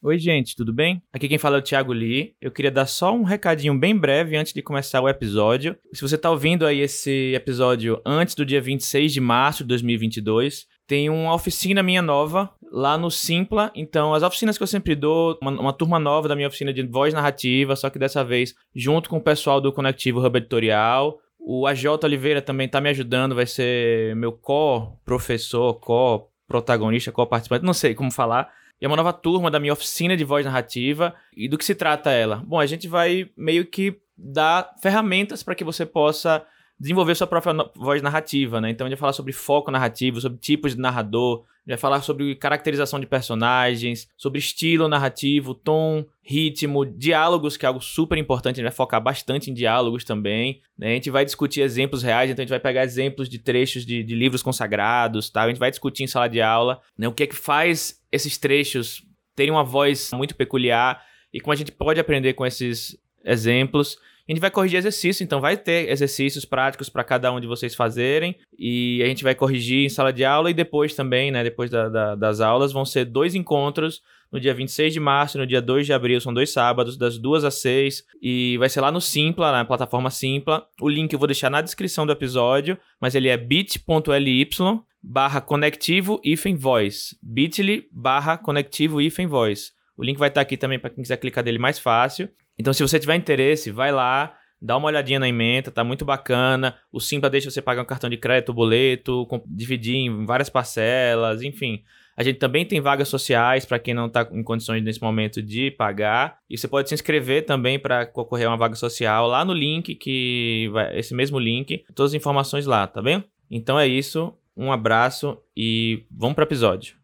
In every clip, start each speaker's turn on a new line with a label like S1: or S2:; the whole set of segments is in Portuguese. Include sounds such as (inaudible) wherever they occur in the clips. S1: Oi, gente, tudo bem? Aqui quem fala é o Thiago Lee. Eu queria dar só um recadinho bem breve antes de começar o episódio. Se você está ouvindo aí esse episódio antes do dia 26 de março de 2022, tem uma oficina minha nova lá no Simpla. Então, as oficinas que eu sempre dou, uma, uma turma nova da minha oficina de voz narrativa, só que dessa vez junto com o pessoal do Conectivo Hub Editorial. O AJ Oliveira também está me ajudando, vai ser meu co-professor, co-protagonista, co-participante, não sei como falar. E é uma nova turma da minha oficina de voz narrativa. E do que se trata ela? Bom, a gente vai meio que dar ferramentas para que você possa desenvolver sua própria no- voz narrativa, né? Então a gente vai falar sobre foco narrativo, sobre tipos de narrador, a gente vai falar sobre caracterização de personagens, sobre estilo narrativo, tom, ritmo, diálogos, que é algo super importante, a gente vai focar bastante em diálogos também, né? A gente vai discutir exemplos reais, então a gente vai pegar exemplos de trechos de, de livros consagrados, tá? A gente vai discutir em sala de aula, né? O que é que faz esses trechos terem uma voz muito peculiar e como a gente pode aprender com esses exemplos. A gente vai corrigir exercício, então vai ter exercícios práticos para cada um de vocês fazerem. E a gente vai corrigir em sala de aula e depois também, né? Depois da- da- das aulas, vão ser dois encontros no dia 26 de março e no dia 2 de abril, são dois sábados, das 2 às 6. E vai ser lá no Simpla, na plataforma Simpla. O link eu vou deixar na descrição do episódio, mas ele é bit.ly barra conectivo hífen voz. bit.ly barra conectivo hífen voz. O link vai estar aqui também para quem quiser clicar dele mais fácil. Então, se você tiver interesse, vai lá, dá uma olhadinha na emenda, tá muito bacana. O Simpla deixa você pagar um cartão de crédito, boleto, com- dividir em várias parcelas, enfim. A gente também tem vagas sociais para quem não está em condições nesse momento de pagar. E você pode se inscrever também para concorrer a uma vaga social lá no link, que vai, esse mesmo link, todas as informações lá, tá bem? Então é isso, um abraço e vamos para episódio.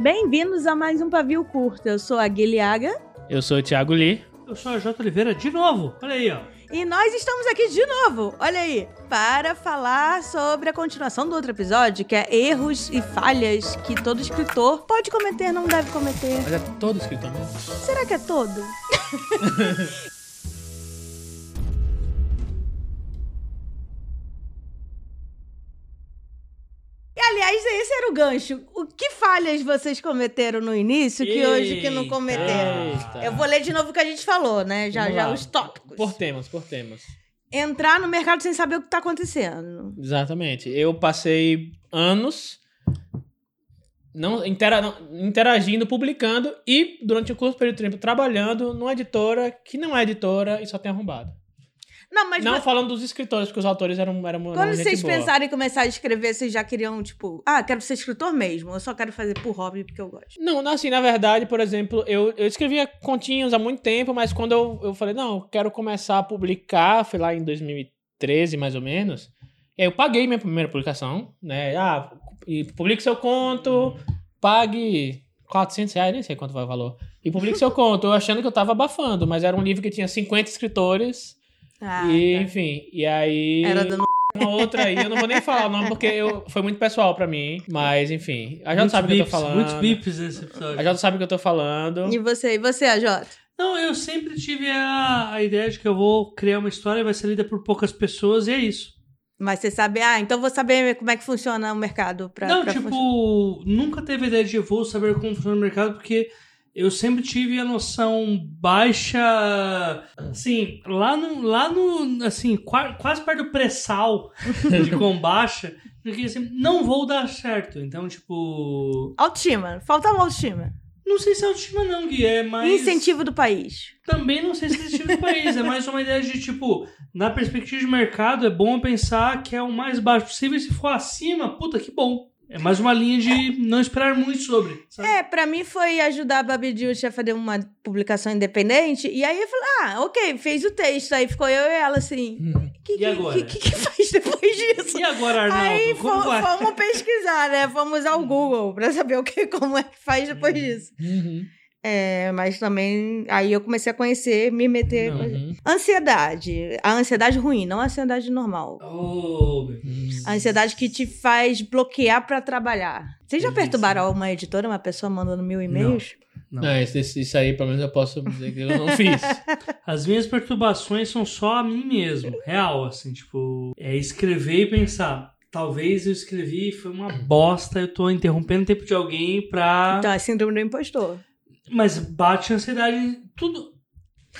S2: Bem-vindos a mais um Pavio Curto. Eu sou a Guilhaga
S3: Eu sou o Thiago Lee.
S4: Eu sou a J. Oliveira de novo. Olha aí, ó.
S2: e nós estamos aqui de novo, olha aí, para falar sobre a continuação do outro episódio, que é erros e falhas que todo escritor pode cometer, não deve cometer.
S3: Mas é todo escritor mesmo?
S2: Será que é todo? (laughs) E Aliás, esse era o gancho. O que falhas vocês cometeram no início que hoje que não
S4: Eita.
S2: cometeram?
S3: Eita.
S2: É. Eu vou ler de novo o que a gente falou, né? Já,
S3: Vamos
S2: já
S3: lá.
S2: os tópicos.
S3: Por temas, por temas.
S2: Entrar no mercado sem saber o que tá acontecendo.
S3: Exatamente. Eu passei anos não, intera- não- interagindo, publicando e, durante o curso período de tempo, trabalhando numa editora que não é editora e só tem arrombado.
S2: Não, mas
S3: não
S2: vo-
S3: falando dos escritores, porque os autores eram, eram eram
S2: quando
S3: gente
S2: vocês
S3: boa.
S2: pensaram em começar a escrever, vocês já queriam, tipo, ah, quero ser escritor mesmo. Eu só quero fazer por hobby porque eu gosto.
S3: Não, assim, na verdade, por exemplo, eu, eu escrevia continhos há muito tempo, mas quando eu, eu falei, não, eu quero começar a publicar, foi lá em 2013, mais ou menos, e aí eu paguei minha primeira publicação, né? Ah, e publique seu conto, pague 400 reais, nem sei quanto vai o valor, e publique seu conto, eu achando que eu tava abafando, mas era um livro que tinha 50 escritores,
S2: Ah,
S3: e enfim, e aí...
S2: tá. Era dando.
S3: Uma outra aí, eu não vou nem falar o nome, porque eu, foi muito pessoal pra mim, mas enfim, a gente
S4: Muitos
S3: sabe o que eu tô
S4: bips,
S3: falando. né?
S4: Muitos bips nesse
S3: A
S4: episódio.
S3: Jota sabe o que eu tô falando.
S2: E você, e você, AJ?
S4: Não, eu sempre tive a, a ideia de que eu vou criar uma história e vai ser lida por poucas pessoas, e é isso.
S2: Mas você sabe, ah, então vou saber como é que funciona o mercado pra.
S4: não,
S2: pra
S4: tipo,
S2: funcionar.
S4: nunca teve a ideia de eu vou saber como funciona o mercado, porque eu sempre tive a noção baixa. Assim, lá no. Lá no assim, qua- quase perto do
S3: (laughs)
S4: pré-sal de combaixa, porque assim, não vou dar certo. Então, tipo.
S2: Autoestima, faltava autoestima.
S4: Não sei se é autoestima, não, Gui, é mais.
S2: Incentivo do país.
S4: Também não sei se existe no país. É mais uma ideia de, tipo, na perspectiva de mercado, é bom pensar que é o mais baixo possível. E se for acima, puta, que bom. É mais uma linha de não esperar muito sobre. sabe?
S2: É, pra mim foi ajudar a Babi Dilch a fazer uma publicação independente. E aí eu falei, ah, ok, fez o texto. Aí ficou eu e ela assim. Que,
S4: Hum. E
S2: que-
S4: agora?
S2: que- que, que faz depois disso?
S4: E agora, Arnaldo?
S2: Aí
S4: como
S2: fo-
S4: vai? Hum.
S2: fomos pesquisar, né? Fomos ao Google pra saber o que, como é que faz depois disso.
S3: Uhum.
S2: É, mas também aí eu comecei a conhecer, me meter.
S4: Não.
S3: Uhum.
S2: Ansiedade. A ansiedade ruim, não a ansiedade normal.
S4: Oh, meu.
S2: A ansiedade que te faz bloquear pra trabalhar. Vocês já
S4: Isso.
S2: perturbaram uma editora, uma pessoa mandando mil e-mails?
S4: Não.
S3: Não, isso, isso- isso aí pelo menos eu posso dizer que eu
S2: (laughs)
S3: não fiz.
S4: As minhas perturbações são só a mim mesmo. Real, assim, tipo, é escrever e pensar. talvez eu escrevi, foi uma bosta, eu tô interrompendo o tempo de alguém pra.
S2: Então, é síndrome do impostor.
S4: Mas bate a ansiedade em tudo.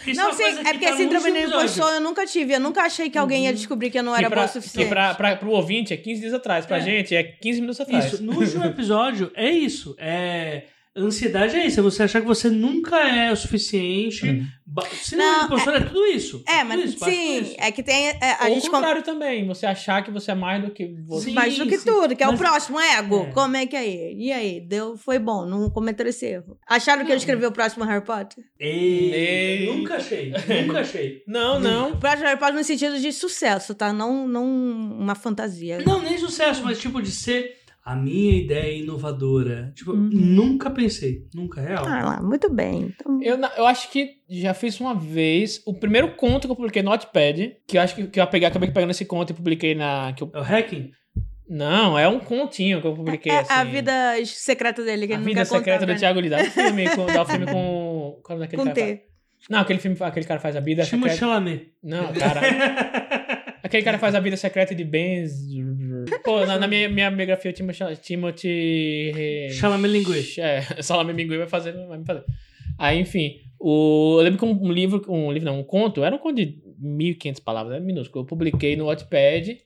S4: Isso
S2: não,
S4: uma
S2: sim,
S4: coisa que
S2: é porque
S4: tá num
S2: síndrome do
S4: episódio.
S2: impostor eu nunca tive. Eu nunca achei que alguém ia descobrir que eu não
S3: Uhum. Que
S2: era
S3: pra,
S2: boa o
S3: que
S2: suficiente.
S3: pra, pra, pro ouvinte é 15 dias atrás, pra
S4: É.
S3: gente é 15 minutos atrás.
S4: Isso, no último episódio é isso. É. Ansiedade é isso, é você achar que você nunca é o suficiente.
S3: Uhum.
S4: Ba- Síndrome do
S2: Não,
S4: impostor é, tudo isso.
S2: É,
S4: tudo
S2: mas
S4: isso, bate tudo
S2: sim,
S4: isso.
S2: é que tem. é, a
S3: Ou o
S2: gente com-
S3: contrário também, você achar que você é mais do que você.
S4: Sim,
S2: mais do que
S4: sim.
S2: tudo, que é
S4: Mas-
S2: o próximo ego.
S4: É.
S2: Como é que é? E aí? Deu, foi bom, não cometeram esse erro. Acharam que eu escrevi o próximo Harry Potter?
S4: Ei,
S3: Ei.
S4: Nunca achei,
S3: (laughs)
S4: nunca achei.
S3: Não, não.
S2: O próximo Harry Potter no sentido de sucesso, tá? Não, não uma fantasia.
S4: Não, nem sucesso, mas tipo de ser a minha ideia inovadora. Tipo, nunca pensei, nunca é real.
S2: Uhum. Ah lá, muito bem. Então,
S3: Eu, na- eu acho que já fiz uma vez. O primeiro conto que eu publiquei no Notepad, que eu acho que, que eu peguei, acabei pegando esse conto e publiquei na. Que eu-
S4: É o hacking?
S3: não, é um continho que eu publiquei.
S2: é
S3: assim.
S2: a vida secreta dele, que
S3: A
S2: ele
S3: vida
S2: nunca contava,
S3: secreta do
S2: né?
S3: Thiago Lidar. O filme com, dá o filme com. Qual é daquele
S2: Com
S3: cara? faz?
S2: T.
S3: Não, aquele filme aquele cara faz a vida
S4: Chama
S3: secreta. (laughs)
S4: Chalamet. É,
S3: Não, cara. Aquele cara que faz a vida secreta de Benz. Pô, na, na minha, minha biografia eu tinha Timothy.
S4: Chalamet Linguiça.
S3: É, (laughs) Salame Minguê vai fazer, vai me fazer. Aí, enfim, o, eu lembro que um livro, um livro não, um conto, era um conto de 1.500 palavras, era minúsculo. Eu publiquei no Wattpad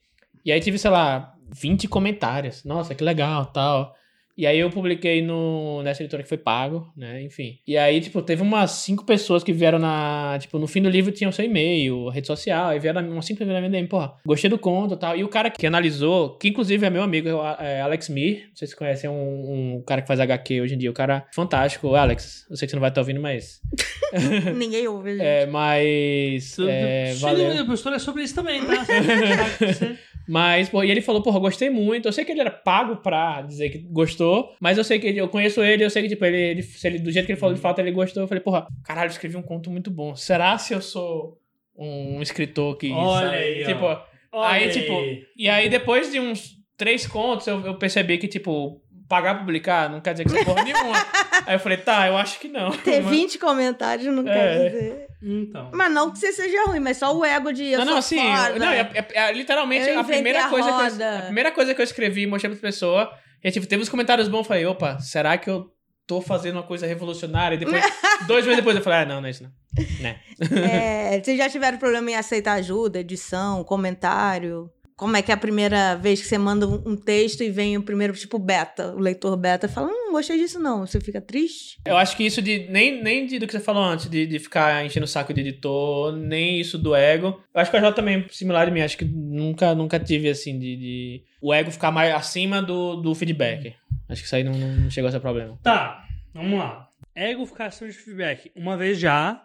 S3: e aí tive, sei lá, 20 comentários. Nossa, que legal, tal. E aí eu publiquei no, nessa editora que foi pago, né, enfim. E aí, tipo, teve umas cinco pessoas que vieram na... Tipo, no fim do livro tinha o seu e-mail, rede social, aí vieram na- umas cinco pessoas na minha DM, porra, gostei do conto e tal. E o cara que analisou, que inclusive é meu amigo, é o A- é Alex Mir, vocês conhecem, é um, um cara que faz HQ hoje em dia, o cara é fantástico. Alex, eu sei que você não vai estar ouvindo, mas... (laughs)
S2: Ninguém ouve. gente.
S3: É, mas... É, valeu.
S4: Síndrome do impostor é sobre isso também,
S3: (laughs)
S4: tá? Você achar que você-
S3: Mas, pô, e ele falou, porra, gostei muito. Eu sei que ele era pago pra dizer que gostou, mas eu sei que ele- eu conheço ele, eu sei que, tipo, ele, ele- se ele- do jeito que ele falou
S4: Uhum.
S3: de fato, ele gostou. Eu falei, porra, caralho, eu escrevi um conto muito bom. Será se eu sou um escritor que.
S4: Olha
S3: sabe?
S4: aí, ó.
S3: tipo,
S4: Olha
S3: Aí, tipo, e aí depois de uns três contos, eu, eu percebi que, tipo, pagar pra publicar não quer dizer que você é
S4: (laughs)
S3: porra nenhuma. aí eu falei, tá, eu acho que não.
S2: Ter 20 comentários não
S3: É.
S2: quer dizer.
S4: Então.
S2: Mas não que você seja ruim, mas só o ego de eu
S3: não, não,
S2: sou
S3: assim,
S2: foda.
S3: não, é, é- é literalmente
S2: né? Eu
S3: a primeira,
S2: inventei a
S3: coisa que eu,
S2: roda.
S3: a primeira coisa que eu escrevi e mostrei pra pessoa. E tipo, teve uns comentários bons, eu falei, opa, será que eu tô fazendo uma coisa revolucionária?
S2: (laughs)
S3: E depois, dois meses depois eu falei, ah, não, não é isso não. Né?
S2: É, vocês já tiveram problema em aceitar ajuda, edição, comentário? Como é que é a primeira vez que você manda um um texto e vem o primeiro, tipo, beta, o leitor beta, fala, hum, não gostei disso não, você fica triste?
S3: Eu acho que isso de. Nem, nem de, do que você falou antes, de, de ficar enchendo o saco de editor, nem isso do ego. Eu acho que a J também é similar de mim. Acho que nunca, nunca tive, assim, de, de- O ego ficar mais acima do, do feedback. Acho que isso aí não, não chegou a ser problema.
S4: Tá, vamos lá. Ego ficar acima de feedback. Uma vez já.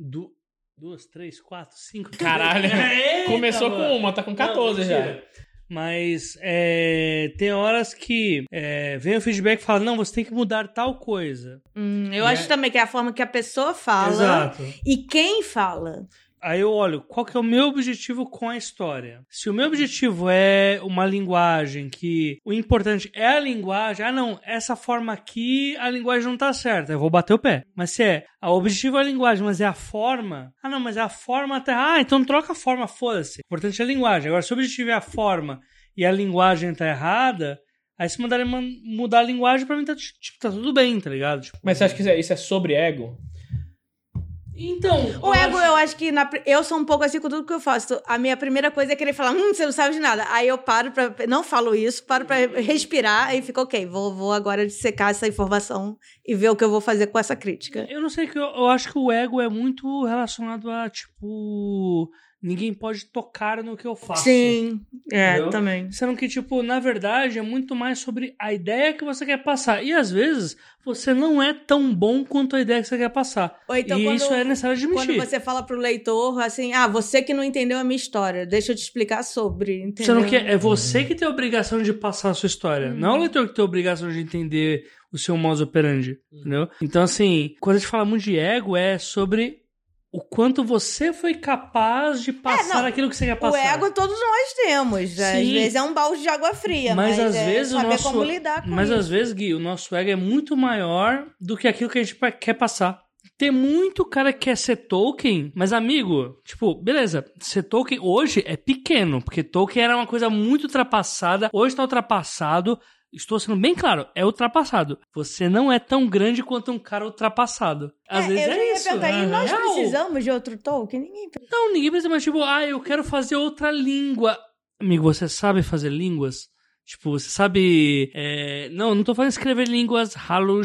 S4: Du... Duas, três, quatro, cinco.
S3: (laughs) Caralho.
S4: (laughs) Eita,
S3: Começou
S4: mano.
S3: com uma, tá com 14
S4: Não, é
S3: já.
S4: mentira. Mas é, tem horas que é, vem o feedback e fala: não, você tem que mudar tal coisa.
S2: Hum, eu
S4: É.
S2: acho também que é a forma que a pessoa fala
S4: Exato.
S2: e quem fala.
S4: Aí eu olho, qual que é o meu objetivo com a história? Se o meu objetivo é uma linguagem que o importante é a linguagem, ah não, essa forma aqui a linguagem não tá certa, eu vou bater o pé. Mas se é, ah, o objetivo é a linguagem, mas é a forma, ah não, mas é a forma tá, ah, então troca a forma, foda-se. O importante é a linguagem. Agora, se o objetivo é a forma e a linguagem tá errada, aí se mandarem man- mudar a linguagem, pra mim tá, tipo, tá tudo bem, tá ligado? Tipo,
S3: Mas você acha que isso é, isso é sobre ego?
S4: então...
S2: O ego, eu acho que na pri- eu sou um pouco assim com tudo que eu faço. A minha primeira coisa é querer falar, hum, você não sabe de nada. Aí eu paro pra. Não falo isso, paro pra respirar e fico, ok, vou, vou agora dissecar essa informação e ver o que eu vou fazer com essa crítica.
S4: Eu não sei, que eu, eu acho que o ego é muito relacionado a, tipo, ninguém pode tocar no que eu faço.
S2: Sim, é,
S4: Entendeu?
S2: também.
S4: Sendo que, tipo, na verdade, é muito mais sobre a ideia que você quer passar. E às vezes, você não é tão bom quanto a ideia que você quer passar.
S2: Ou então
S4: e
S2: quando-
S4: isso é necessário
S2: Quando
S4: admitir. Você,
S2: você fala pro leitor assim, ah, você que não entendeu a minha história, deixa eu te explicar sobre. Entendeu? Uhum.
S4: não quer. É você que tem a obrigação de passar a sua história. Não é o leitor que tem a obrigação de entender o seu modus operandi.
S2: Uhum.
S4: Entendeu? Então, assim, quando a gente fala muito de ego, é sobre. O quanto você foi capaz de passar aquilo que você quer
S2: É, O
S4: passar.
S2: ego todos nós temos. Às
S4: Sim.
S2: vezes é um balde de água fria, mas,
S4: Mas às
S2: é
S4: vezes o
S2: saber
S4: nosso-
S2: como lidar com
S4: Mas
S2: isso.
S4: às vezes, Gui, o nosso ego é muito maior do que aquilo que a gente pa- quer passar. Tem muito cara que quer ser token, mas amigo, tipo, beleza, ser token hoje é pequeno, porque token era uma coisa muito ultrapassada, hoje tá ultrapassado. Estou sendo bem claro, é ultrapassado. Você não é tão grande quanto um cara ultrapassado. Às vezes
S2: eu já
S4: é
S2: ia
S4: isso.
S2: perguntar,
S4: é
S2: e nós
S4: real.
S2: precisamos de outro token? Ninguém precisa.
S4: Não, ninguém precisa, mas tipo, ah, eu quero fazer outra língua. Amigo, você sabe fazer línguas? Tipo, você sabe. é, Não, não tô falando escrever línguas halu,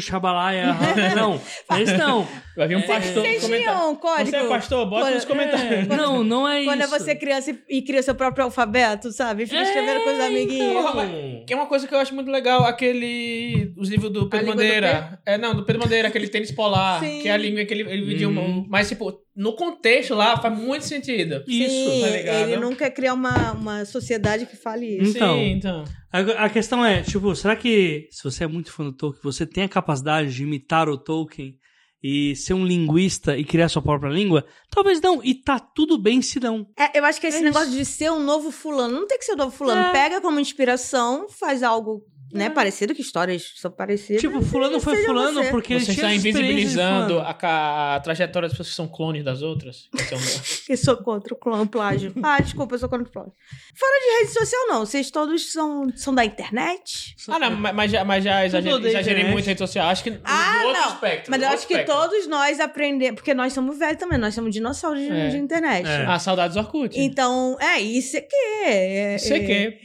S2: (laughs)
S4: shabalaya. halu, não, não é isso não.
S3: Vai
S4: É,
S3: vir um pastor
S4: então,
S2: Vocês
S3: nos comentários.
S2: tinham um código?
S3: Você é pastor? Bota
S2: Quando-
S3: nos comentários.
S2: Quando-
S4: Não, não é
S2: Quando
S4: isso.
S2: você criança e- e cria seu próprio alfabeto, sabe? Fica escrevendo
S4: É,
S2: com os
S4: então.
S2: amiguinhos.
S3: Porra, Que é uma coisa que eu acho muito legal, aquele. Os livros do Pedro
S2: língua do
S3: Bandeira. É, não, do Pedro Bandeira, aquele tênis polar,
S2: Sim.
S3: que é a língua que ele, ele dividiu.
S4: Hum.
S3: um- Mas, tipo, no contexto lá faz muito sentido.
S4: Isso,
S2: Sim,
S3: tá ligado?
S2: Ele nunca cria uma, uma sociedade que fale isso.
S4: Então.
S3: Sim, então.
S4: Agora, A questão é, tipo, será que se você é muito fã do Tolkien, você tem a capacidade de imitar o Tolkien e ser um linguista e criar sua própria língua? Talvez não, e tá tudo bem se não.
S2: É, eu acho que esse
S4: É
S2: negócio de ser um novo fulano, não tem que ser um novo fulano.
S4: É.
S2: Pega como inspiração, faz algo, né, parecido, que histórias são parecidas.
S4: Tipo, fulano foi
S2: seja
S4: fulano
S2: você.
S4: porque ele
S3: Você
S4: tinha
S3: está
S4: essa experiência de
S3: invisibilizando
S4: fulano.
S3: a, ca- a trajetória das pessoas que são clones das outras. que são-
S2: (laughs) Que sou contra o clã, o plágio. Ah, desculpa, eu sou contra o plágio. Fora de rede social, não. Vocês todos são, são da internet?
S3: ah, não, mas, mas já, mas já exagerei,
S4: odeia
S3: exagerei
S4: internet.
S3: muito a rede social. Acho que
S2: Ah,
S3: no outro
S2: não.
S3: aspecto.
S2: Mas eu acho que
S3: todo.
S2: todos nós aprendemos. Porque nós somos velhos também, nós somos dinossauros de,
S3: É.
S2: de internet.
S4: É.
S3: Ah, saudades do Orkut.
S2: Então, é isso que é.
S3: Sei que.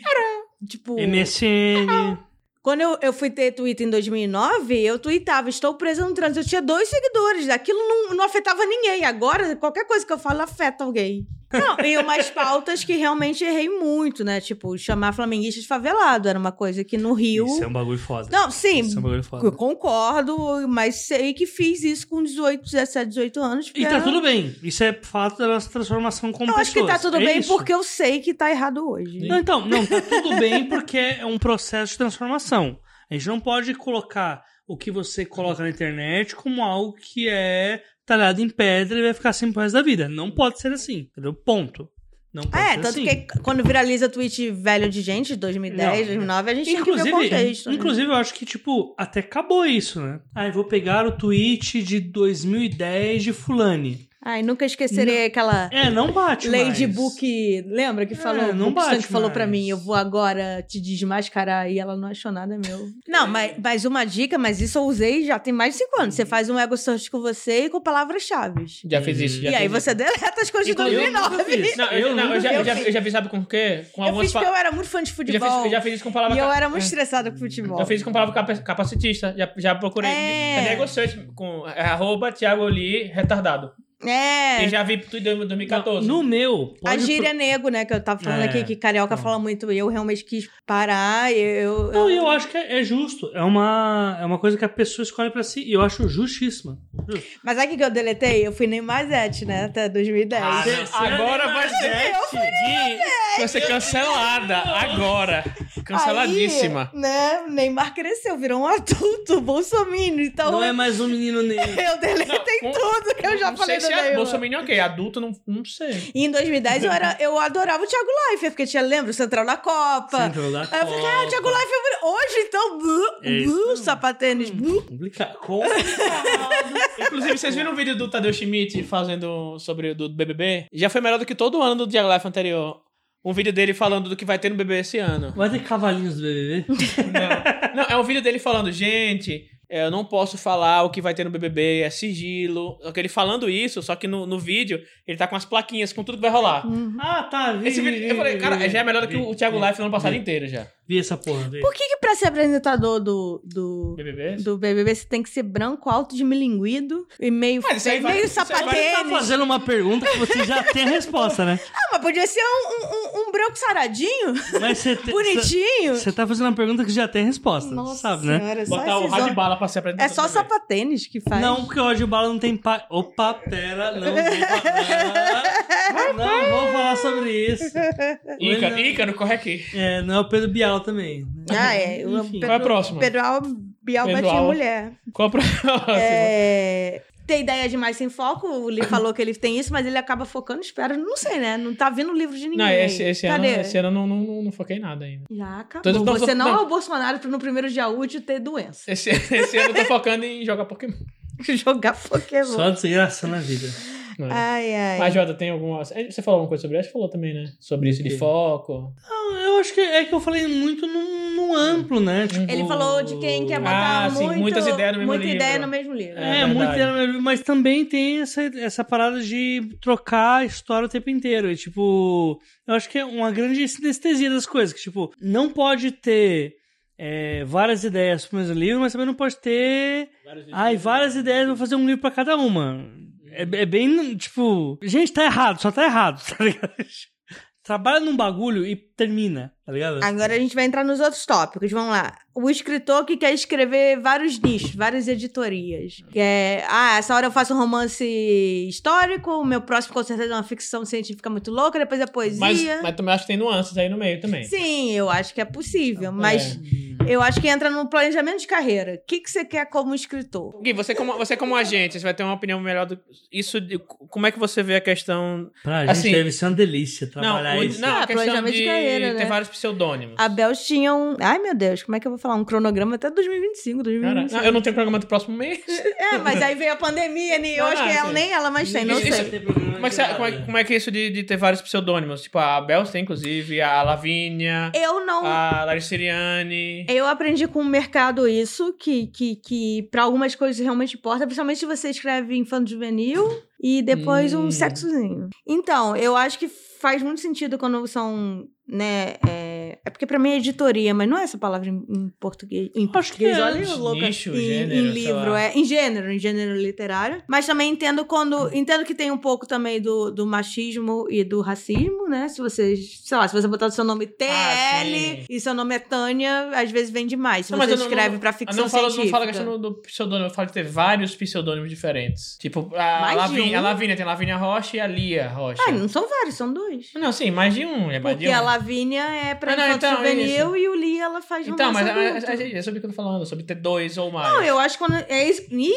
S2: Tipo, Ah,
S4: MSN.
S2: quando eu, eu fui ter Twitter em 2009, eu tweetava, estou presa no trânsito. Eu tinha dois seguidores, aquilo não, não afetava ninguém. Agora, qualquer coisa que eu falo afeta alguém. Não, e umas pautas que realmente errei muito, né? Tipo, chamar flamenguista de favelado era uma coisa que no Rio...
S4: Isso é um bagulho foda.
S2: Não, sim,
S4: Isso é um bagulho
S2: eu
S4: foda.
S2: concordo, mas sei que fiz isso com 18, 17, 18 anos. porque
S4: E tá
S2: era-
S4: tudo bem. Isso é fato da nossa transformação como
S2: Eu acho que tá
S4: pessoas.
S2: tudo
S4: É
S2: bem
S4: isso.
S2: porque eu sei que tá errado hoje.
S4: Não, então, não, tá tudo bem porque é um processo de transformação. A gente não pode colocar o que você coloca na internet como algo que é talhado em pedra e vai ficar assim pro resto da vida. Não pode ser assim, entendeu? Ponto. Não pode
S2: É,
S4: ser
S2: tanto
S4: assim.
S2: que quando viraliza tweet velho de gente, de 2010,
S4: Não.
S2: 2009, a gente
S4: Inclusive,
S2: tem que ver o contexto. né?
S4: inclusive eu acho que, tipo, até acabou isso, né? Ah, eu vou pegar o tweet de 2010 de fulane.
S2: Ai, nunca esquecerei aquela
S4: É, não bate
S2: Lady
S4: mais.
S2: Book, lembra que
S4: É,
S2: falou,
S4: não
S2: Bookstone
S4: bate
S2: que falou
S4: mais.
S2: pra mim, eu vou agora te desmascarar e ela não achou nada meu. Não,
S4: É.
S2: mas, mas uma dica, mas isso eu usei já tem mais de 5 anos. Você
S4: Uhum.
S2: faz um ego search com você e com palavras-chave.
S3: Já fez isso. Já
S2: E aí
S3: fez
S2: você deleta as coisas de
S4: Inclusive,
S2: 2009.
S4: eu nunca fiz.
S3: Não, eu,
S4: Eu
S3: não, eu
S4: nunca
S3: já, eu, já,
S2: fiz.
S3: eu já vi, sabe com o quê? Com
S2: Eu
S3: algumas
S2: fiz
S3: pa-
S2: porque eu era muito fã de
S3: já,
S2: futebol.
S3: fiz, eu já fiz isso com palavra.
S2: E eu
S3: ca-
S2: era muito estressada com
S4: É.
S2: futebol.
S3: Eu fiz com palavra capa- capacitista. Já, já procurei.
S2: É.
S3: É. Negociante com é, arroba Thiago Oli, retardado.
S2: É.
S3: E já vi tudo em
S4: Não,
S3: 2014.
S4: No meu,
S2: A
S4: pode
S2: gíria nego, né? Que eu tava falando
S4: É,
S2: aqui, que carioca
S4: então.
S2: fala muito. E eu realmente quis parar. Eu,
S4: Não, e eu acho que é é justo. É uma, é uma coisa que a pessoa escolhe pra si. E eu acho justíssima. Justo.
S2: Mas aqui que eu deletei, eu fui nem Mazete, né? Até 2010.
S3: Ah, não. Agora vai ser. Vai ser cancelada agora. Canceladíssima.
S2: Aí, né? O Neymar cresceu, virou um adulto, bolsominion. Então
S4: Não é mais um menino negro.
S2: eu deletei
S3: Não, com-
S2: tudo que eu já
S3: não
S2: falei
S3: sei
S2: do
S3: se é
S2: Neymar.
S3: Bolsonaro ok. Adulto, não, não sei.
S2: E em 2010 eu, era, eu adorava o Thiago Leifert, porque tinha, lembra, o Central da Copa.
S4: Central da
S2: Aí eu fiquei, ah, o Thiago
S4: Copa.
S2: Leifert. Hoje então, blu,
S4: É isso Hum.
S2: blu,
S4: mesmo.
S2: sapatênis, blu.
S4: Complicado. Com-
S3: Inclusive, vocês viram o vídeo do Tadeu Schmidt fazendo sobre o do BBB? Já foi melhor do que todo ano do Diago Life anterior. Um vídeo dele falando do que vai ter no BBB esse ano.
S4: Vai ter cavalinhos do BBB?
S3: Não, é um vídeo dele falando, gente, é, eu não posso falar o que vai ter no BBB, é sigilo. Só que ele falando isso, só que no, no vídeo ele tá com as plaquinhas, com tudo que vai rolar.
S4: Ah, tá. Vi,
S3: Esse vídeo, eu falei, cara, já é melhor do que o Thiago Life no ano passado
S4: vi.
S3: inteiro já.
S4: Vi essa porra. Vi.
S2: Por que que pra ser apresentador do- do,
S3: BBB?
S2: do BBB, você tem que ser branco, alto, dimilinguido e meio,
S3: Mas isso aí
S2: feio,
S3: vai-
S2: meio
S3: isso aí vai-
S2: sapatênis.
S4: Tá fazendo uma pergunta que você já tem a resposta, né?
S2: Ah, mas podia ser um, um- um- um branco saradinho,
S4: Mas você te-
S2: bonitinho.
S4: Você tá fazendo uma pergunta que já tem a resposta. sabe, né?
S2: senhora, só
S3: Botar o
S2: esses
S3: rádio
S2: homens-
S3: bala pra ser apresentador.
S2: É só
S3: do BBB.
S2: sapatênis que faz.
S4: Não, porque hoje o Bala não tem pai. Opa, pera, não. vou falar. Não vou falar sobre isso.
S3: Ícaro, Ícaro, corre aqui.
S4: É, não é o Pedro Bial também. né?
S2: Ah, é. O
S4: Enfim.
S2: Pedro,
S3: Qual é a próxima?
S2: Pedro Al- Bial
S3: Pedro
S2: batia
S3: Al- Ah, né?
S2: mulher.
S3: Qual a próxima?
S2: É... Tem ideia demais sem foco, o Lee falou que ele tem isso, mas ele acaba focando, espera, não sei, né? Não tá vindo o livro de ninguém.
S3: Não, esse, esse ano,
S2: Cadê?
S3: esse ano eu não, não, não, não foquei em nada ainda.
S2: Já acabou.
S3: Tô- tô- tô-
S2: Você não,
S3: não.
S2: é
S3: (laughs)
S2: o Bolsonaro pra no primeiro dia útil ter doença. (laughs)
S3: Esse, esse ano eu tô focando em jogar Pokémon.
S2: Jogar Pokémon.
S4: Só desgraça na vida.
S3: Não é?
S2: Ai, ai.
S3: Mas, Jota, tem alguma. É, Você falou alguma coisa sobre isso? Você falou também, né? Sobre isso de
S4: Sim.
S3: foco.
S4: Não, eu acho que é que eu falei muito num, num amplo, né? Tipo,
S2: Ele falou de quem quer botar
S3: Ah, sim,
S2: muito,
S3: muitas ideias no mesmo
S2: muita
S3: livro.
S2: ideia no mesmo livro.
S3: É,
S4: É, muito
S3: verdade.
S4: ideia, mas também tem essa, essa parada de trocar a história o tempo inteiro. E, tipo, eu acho que é uma grande sinestesia das coisas. Que, tipo, não pode ter é, várias ideias pro mesmo livro, mas também não pode ter. Ai, várias ideias, vou fazer um livro pra cada uma. É,
S3: Uhum.
S4: é bem, tipo. Gente, tá errado, só tá errado, (laughs) tá ligado? Trabalha num bagulho e termina, tá ligado?
S2: Agora a gente vai entrar nos outros tópicos. Vamos lá. O escritor que quer escrever vários nichos, várias editorias. Que é, ah, essa hora eu faço um romance histórico, o meu próximo com certeza é uma ficção científica muito louca, depois é
S3: Mas,
S2: poesia.
S3: mas também acho que tem nuances aí no meio também.
S2: Sim, eu acho que é
S3: Então,
S2: possível, mas eu acho que entra no planejamento de carreira. O que, que você quer como escritor?
S3: Gui, você como, você como agente, você vai ter uma opinião melhor do isso. de- como é que você vê a questão?
S4: Pra gente
S3: Assim,
S4: deve ser uma delícia trabalhar
S3: não, o-
S4: isso.
S3: não, a
S2: Ah,
S3: questão
S2: planejamento
S3: de
S2: de carreira,
S3: ter
S2: né?
S3: vários pseudônimos.
S2: A Bells tinha um. Ai, meu Deus, como é que eu vou falar? Um cronograma até 2025,
S3: Cara,
S2: 2025.
S3: não, eu não tenho programa do próximo mês.
S2: É, mas aí veio a pandemia, né? Eu
S3: Ah,
S2: acho que ela,
S3: sim.
S2: nem ela mais tem, não
S3: Isso-
S2: sei.
S3: (laughs) Como é que, você- como é, como é que é isso de, de ter vários pseudônimos? Tipo, a Bels tem, inclusive, a Lavínia,
S2: Eu não.
S3: a Lariceriane.
S2: Eu aprendi com o mercado isso, que, que, que para algumas coisas realmente importa, principalmente se você escreve infanto juvenil e depois
S3: Hum.
S2: um sexozinho. Então, eu acho que faz muito sentido quando são, né, é, é porque pra mim é editoria, mas não é essa palavra em, em português. Em
S4: Acho que
S2: português,
S4: é,
S2: olha eu louca.
S3: nicho,
S2: em,
S3: gênero,
S2: em
S3: sei
S2: livro,
S3: lá.
S2: é, em gênero, em gênero literário. Mas também entendo quando, entendo que tem um pouco também do, do machismo e do racismo, né? Se você, sei lá, se você botar o seu nome TL
S3: Ah, sim.
S2: e seu nome é Tânia, às vezes vem demais. Se
S3: Não, mas
S2: você
S3: eu não-
S2: escreve pra
S3: Ah,
S2: ficção
S3: Não fala, não
S2: científica.
S3: fala a questão do, do pseudônimo, eu falo que tem vários pseudônimos diferentes. Tipo, a,
S2: Mais de
S3: Lavínia,
S2: um?
S3: a Lavínia tem a Lavínia Rocha e a Lia Rocha.
S2: Ah, não são vários, são dois.
S3: Não, sim, mais de um. É mais
S2: Porque
S3: de um.
S2: a Lavínia é pra
S3: Ah, não,
S2: infanto
S3: então,
S2: juvenil e o Lia ela faz
S3: Então, mas
S2: romance
S3: é,
S2: adulto.
S3: é- é- é sobre o que eu tô falando, sobre ter dois ou mais.
S2: Não, eu acho que quando. É isso. Ih,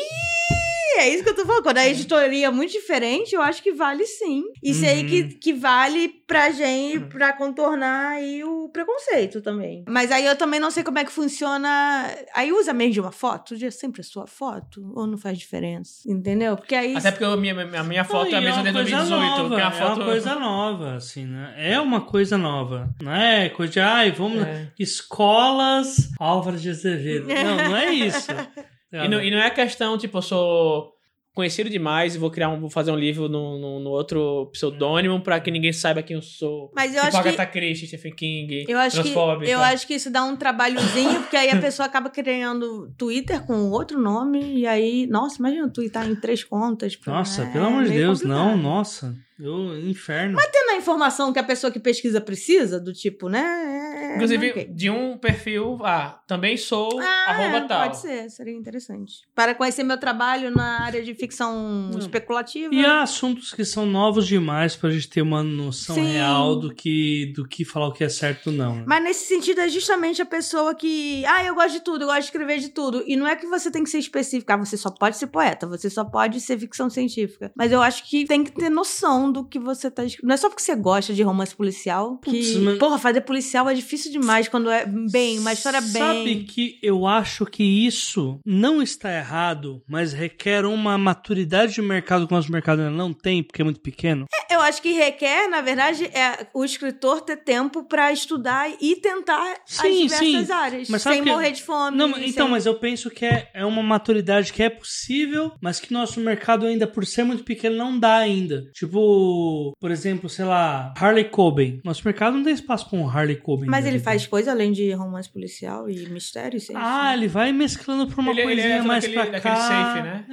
S2: é isso que eu tô falando.
S3: Uhum.
S2: Quando a editoria é muito diferente, eu acho que vale sim. Isso aí
S4: Uhum.
S2: que, que vale pra gente,
S3: Uhum.
S2: pra contornar aí o preconceito também. Mas aí eu também não sei como é que funciona. Aí usa mesmo de uma foto? Usa sempre a sua foto? Ou não faz diferença? Entendeu? Porque aí.
S3: Até porque a minha, a minha foto
S4: Não,
S3: é a
S4: e
S3: mesma desde
S4: uma coisa
S3: 2018.
S4: Nova,
S3: que é uma
S4: É
S3: foto.
S4: uma coisa nova, assim, né? É uma coisa nova. Não é coisa de, ai, vamos...
S3: É.
S4: Escolas Álvares de Azevedo. Não, não é isso.
S3: (laughs) E, não, e não (laughs) é questão, tipo, eu sou conhecido demais e vou criar um, vou fazer um livro no, no, no outro pseudônimo pra que ninguém saiba quem eu sou.
S2: Mas eu
S3: tipo,
S2: acho que
S4: tá
S3: Agatha Christie, Stephen King,
S2: Eu acho, que,
S3: transfóbica.
S4: então.
S2: eu acho que isso dá um trabalhozinho, porque
S4: (laughs)
S2: aí a pessoa acaba criando Twitter com outro nome, e aí, nossa, imagina twittar em três contas. pô,
S4: Nossa,
S2: é
S4: pelo amor de
S2: meio
S4: Deus,
S2: complicado.
S4: não, nossa. Eu, inferno.
S2: Tendo a informação que a pessoa que pesquisa precisa, do tipo, né? é-
S3: Inclusive,
S2: não, ok.
S3: de um perfil, ah, também sou
S2: Ah,
S3: arroba
S2: é,
S3: tal.
S2: pode ser, seria interessante. Para conhecer meu trabalho na área de ficção especulativa.
S4: E há assuntos que são novos demais pra gente ter uma noção
S2: Sim.
S4: real do que, do que falar o que é certo ou não. né?
S2: Mas nesse sentido é justamente a pessoa que. Ah, eu gosto de tudo, eu gosto de escrever de tudo. E não é que você tem que ser específica, ah, você só pode ser poeta, você só pode ser ficção científica. Mas eu acho que tem que ter noção do que você tá escrevendo. Não é só porque você gosta de romance policial. Que,
S4: Putz, mas-
S2: Porra, fazer policial é difícil demais quando é bem, uma história bem.
S4: Sabe que eu acho que isso não está errado, mas requer uma maturidade de mercado que o nosso mercado ainda não tem, porque é muito pequeno.
S2: Eu acho que requer, na verdade, é o escritor ter tempo pra estudar e tentar as
S4: Sim,
S2: diversas
S4: sim.
S2: áreas.
S4: Mas sabe
S2: sem
S4: que-
S2: morrer de fome.
S4: Não, então,
S2: sem-
S4: mas eu penso que é, é uma maturidade que é possível, mas que nosso mercado ainda, por ser muito pequeno, não dá ainda. Tipo, por exemplo, sei lá, Harley Coben. Nosso mercado não tem espaço pra um Harley Coben.
S2: Mas
S4: na
S2: ele
S4: vida.
S2: faz coisa além de romance policial e né? mistério, sei
S4: Ah, ele vai mesclando pra uma
S3: Ele- ele
S4: coisinha
S3: entra
S4: mais
S3: naquele-
S4: pra
S3: naquele
S4: cá.
S3: safe, né?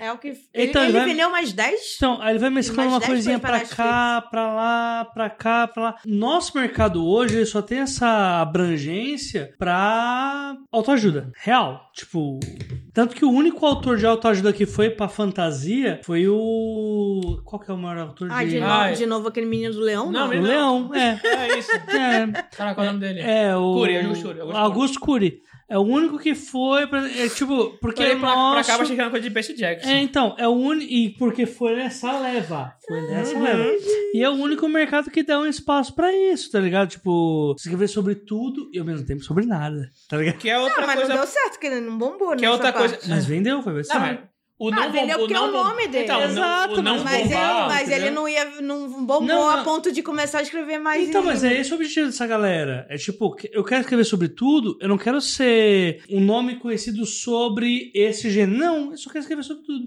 S4: É.
S2: É, é o que.
S4: Então,
S2: ele ele
S4: ele vai-
S2: vendeu mais 10?
S4: Então, aí ele vai mesclando
S2: Mais
S4: uma
S2: dez
S4: coisinha
S2: foi
S4: pra
S2: pra
S4: cá, pra lá, pra cá, pra lá. Nosso mercado hoje ele só tem essa abrangência pra autoajuda, real. Tipo, tanto que o único autor de autoajuda que foi pra fantasia foi o... Qual que é o maior autor
S2: Ah, de,
S4: de...
S2: novo,
S3: Ai.
S2: de novo aquele menino do leão?
S3: Não,
S2: Não,
S4: o
S3: ele
S4: Leão, é.
S3: É isso.
S4: É,
S3: Caraca, qual é o nome dele? (laughs)
S4: é o...
S3: Cury, Augusto Cury, Augusto Cury.
S4: Augusto Cury. É o único que foi pra... É, tipo, porque
S3: Porque pra, pra
S4: nosso...
S3: cá, eu achei que era uma coisa de Percy Jackson.
S4: É, então, é o único. E porque foi nessa leva. Foi nessa leva. E é o único mercado que dá um espaço pra isso, tá ligado? Tipo, escrever sobre tudo e ao mesmo tempo sobre nada, tá ligado?
S3: Que é outra
S2: Ah, mas não
S3: coisa.
S2: deu certo, que ele não bombou, né?
S3: que é outra
S2: essa
S3: coisa.
S2: parte.
S4: Mas vendeu, foi
S3: Não,
S4: versão.
S3: mas O
S2: Ah,
S3: não
S2: vendeu
S3: bom- o
S2: porque é
S3: não
S2: o
S3: bom-
S2: nome dele.
S3: Então, o não-
S4: Exato,
S3: o não
S4: mas-
S2: Mas,
S3: bombar,
S2: eu, mas
S3: entendeu?
S2: ele não ia. Não bombou
S4: Não, não.
S2: a ponto de começar a escrever mais.
S4: Então,
S2: livro.
S4: mas é esse o objetivo dessa galera. É tipo, que- eu quero escrever sobre tudo, eu não quero ser um nome conhecido sobre esse gênero. Não, eu só quero escrever sobre tudo.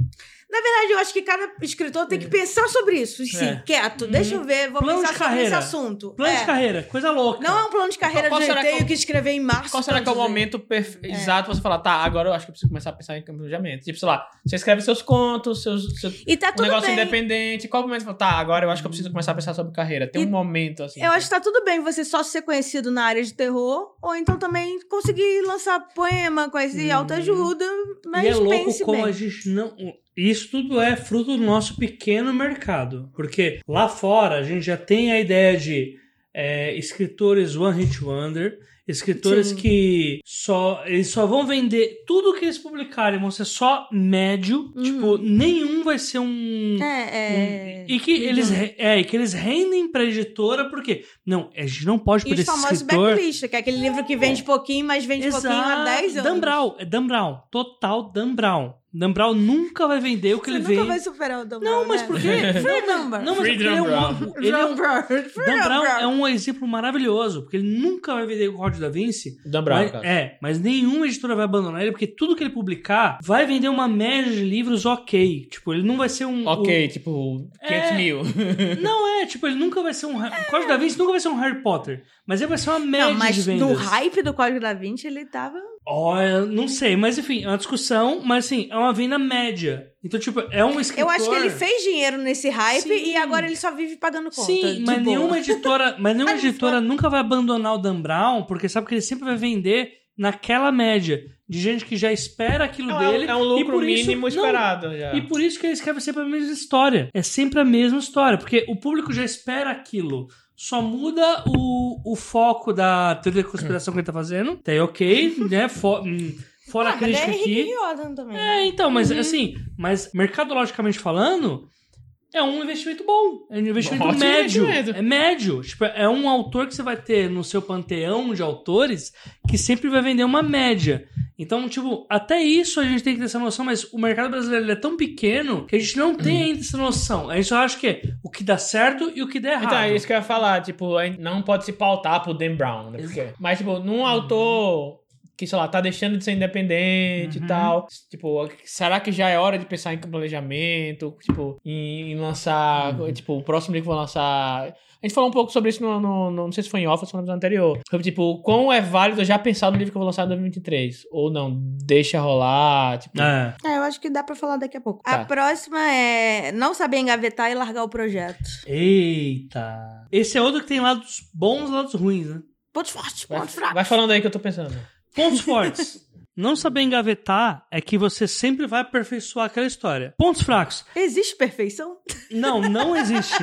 S2: Na verdade, eu acho que cada escritor tem que pensar sobre isso. Sim,
S4: É.
S2: quieto. Deixa eu ver, vou
S4: Plano
S2: pensar
S4: de
S2: sobre
S4: carreira.
S2: esse assunto.
S4: Plano de
S2: É.
S4: carreira, coisa louca.
S2: Não é um plano de carreira
S3: Qual
S2: de
S3: será
S2: jeito, tenho
S3: que é o-
S2: que escrever em março.
S3: Qual será que é o
S2: tantos
S3: momento perfe- exato pra você falar, tá, agora eu acho que eu preciso começar a pensar em planejamento. Tipo, sei lá, você escreve seus contos, seus, seu
S2: dias. E tá
S3: um
S2: tudo
S3: negócio
S2: bem. Hum.
S3: independente. Qual momento você fala, tá, agora eu acho que eu preciso começar a pensar sobre carreira. Tem um
S2: E-
S3: momento, assim.
S2: Eu acho que tá tudo bem você só ser conhecido na área de terror, ou então também conseguir lançar poema, conhecer
S3: Hum.
S2: autoajuda, mas
S4: Uhum. e é louco
S2: pense
S4: como
S2: bem.
S4: a gente não. Isso tudo é fruto do nosso pequeno mercado. Porque lá fora a gente já tem a ideia de é, escritores One Hit Wonder, escritores
S2: Sim.
S4: que só eles só vão vender tudo que eles publicarem, vão ser só médio.
S2: Uhum.
S4: Tipo, nenhum vai ser um.
S2: É, é.
S4: E que, eles, re- é, e que eles rendem pra editora, porque. Não, a gente não pode
S2: E
S4: perder
S2: os
S4: esse
S2: famosos
S4: tipo escritor.
S2: backlist, que é aquele livro que vende pouquinho, mas vende pouquinho há 10 anos.
S4: Dan Brown, é Dan Brown, total Dan Brown. Dan Brown nunca vai vender o
S2: Você
S4: que ele
S2: nunca
S4: vende.
S2: vai superar o Dan
S4: Não,
S2: Brown,
S4: mas
S2: né?
S4: por quê?
S2: Free number.
S4: Não, mas
S3: Free
S4: porque ele é
S3: Dan
S4: um, ele é
S2: Dan
S4: um,
S2: Brown. Free
S4: Dan Brown é um exemplo maravilhoso, porque ele nunca vai vender o Código da Vinci.
S3: Dan Brown,
S4: mas-
S3: cara.
S4: é, mas nenhuma editora vai abandonar ele, porque tudo que ele publicar vai vender uma média de livros ok. Tipo, ele não vai ser um.
S3: Ok, tipo,
S4: É.
S3: 500 mil.
S4: um- não é, tipo, ele nunca vai ser um. Ha- O Código da Vinci nunca vai ser um Harry Potter. Mas ele vai ser uma média
S2: Não, mas
S4: de vendas.
S2: no hype do Código da Vinci, ele tava...
S4: Ó, eu não sei, mas enfim, é uma discussão, mas assim, é uma venda média. Então, tipo, é um escritor...
S2: Eu acho que ele fez dinheiro nesse hype
S4: Sim.
S2: e agora ele só vive pagando conta.
S4: Sim,
S2: de
S4: mas
S2: boa.
S4: nenhuma editora,
S2: (laughs)
S4: mas nenhuma
S2: Mas isso
S4: editora nunca vai abandonar o Dan Brown, porque sabe que ele sempre vai vender naquela média de gente que já espera aquilo
S1: É um-
S3: (laughs)
S4: dele.
S1: é um lucro
S4: e por isso-
S1: mínimo
S4: não,
S1: esperado já.
S4: E por isso que ele escreve sempre a mesma história. É sempre a mesma história, porque o público já espera aquilo. Só muda o, o foco da teoria da conspiração
S1: É.
S4: que ele tá fazendo. Tá aí, ok, né? Fo- hum, fora
S2: Ah, mas
S4: a
S2: daí é
S4: crítica aqui.
S2: Henrique Riordan também. né?
S4: É, então, mas
S3: Uhum.
S4: assim, mas mercadologicamente falando, é um investimento bom. É um investimento
S3: Ótimo
S4: médio.
S3: investimento.
S4: É médio. Tipo, é um autor que você vai ter no seu panteão de autores que sempre vai vender uma média. Então, tipo, até isso a gente tem que ter essa noção, mas o mercado brasileiro ele é tão pequeno que a gente não
S3: Uhum.
S4: tem ainda essa noção. A gente só acha que é o que dá certo e o que dá errado.
S3: Então, é isso que eu ia falar, tipo, a gente não pode se pautar pro Dan Brown, né? Porque- mas, tipo, num autor que, sei lá, tá deixando de ser independente
S4: Uhum.
S3: e tal, tipo, será que já é hora de pensar em planejamento, tipo, em, em lançar,
S4: Uhum.
S3: tipo, o próximo livro que eu vou lançar... A gente falou um pouco sobre isso no, no- no- não sei se foi em off ou se foi no episódio anterior. Sobre, tipo, quão é válido eu já pensar no livro que eu vou lançar em 2023? Ou não, deixa rolar, tipo...
S4: É.
S2: É, eu acho que dá pra falar daqui a pouco.
S3: Tá.
S2: A próxima é não saber engavetar e largar o projeto.
S4: Eita. Esse é outro que tem lados bons e lados ruins, né?
S2: Pontos fortes,
S3: Vai,
S2: pontos fracos.
S3: vai falando aí que eu tô pensando.
S4: Pontos fortes. Não saber engavetar é que você sempre vai aperfeiçoar aquela história. Pontos fracos.
S2: Existe perfeição?
S4: Não, não existe.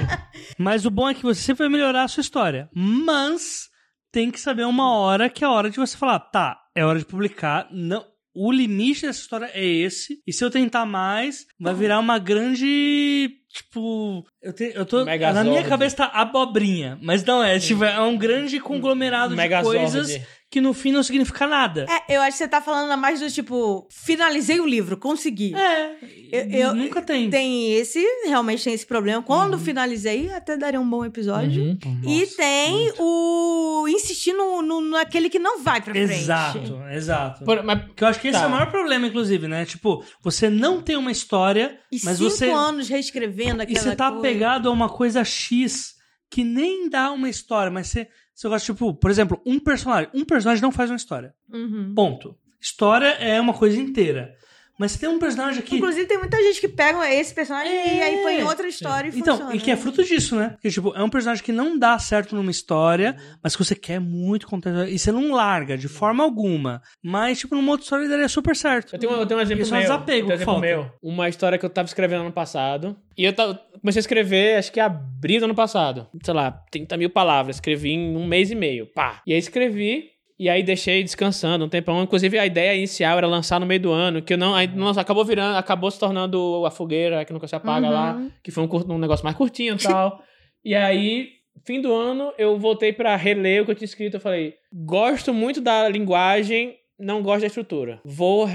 S4: Mas o bom é que você sempre vai melhorar a sua história. Mas tem que saber uma hora que é a hora de você falar, tá, é hora de publicar. Não, o limite dessa história é esse. E se eu tentar mais, vai virar uma grande tipo, eu, te- eu tô na
S3: Megazord.
S4: minha cabeça tá abobrinha, mas não é, tipo, é um grande conglomerado de
S3: Megazord.
S4: coisas que no fim não significa nada.
S2: É, eu acho que você tá falando mais do tipo, finalizei o livro, consegui.
S4: É.
S2: Eu- eu-
S4: nunca tem.
S2: Tem esse, realmente tem esse problema. Quando
S4: Uhum.
S2: finalizei, até daria um bom episódio.
S3: Uhum.
S2: e tem o insistir no, no- naquele que não vai pra frente.
S4: Exato, exato.
S3: Por- mas
S4: Que eu acho que esse
S3: Tá.
S4: é o maior problema, inclusive, né? Tipo, você não tem uma história,
S2: E
S4: mas
S2: cinco
S4: você.
S2: anos reescrevendo
S4: E
S2: aquela
S4: você tá
S2: coisa.
S4: apegado a uma coisa X que nem dá uma história, mas você. Você gosta, tipo, por exemplo, um personagem. Um personagem não faz uma história.
S2: Uhum.
S4: Ponto. História é uma coisa inteira. Mas você tem um personagem que. É,
S2: Inclusive, tem muita gente que pega esse personagem e aí põe em outra história e
S4: Então,
S2: funciona.
S4: e que é fruto disso, né? Porque, tipo, é um personagem que não dá certo numa história, mas que você quer muito contar. E você não larga de forma alguma. Mas, tipo, numa outra história daria super certo.
S3: Eu
S4: (laughs)
S3: tenho, eu tenho um exemplo
S4: Isso é um
S3: meu.
S4: desapego
S3: eu tenho um
S4: que
S3: exemplo
S4: falta.
S3: meu. Uma história que eu tava escrevendo ano passado. E eu tava- comecei a escrever, acho que em abril do ano passado. Sei lá, 30 mil palavras. Escrevi em um mês e meio. Pá. E aí escrevi. E aí deixei descansando um tempão. Inclusive, a ideia inicial era lançar no meio do ano, que eu não. Aí, nossa, acabou virando, acabou se tornando a fogueira que nunca se apaga
S2: Uhum.
S3: lá. Que foi um, cur- um negócio mais curtinho e tal. e aí, fim do ano, eu voltei pra reler o que eu tinha escrito. Eu falei, gosto muito da linguagem não gosto da estrutura. Vou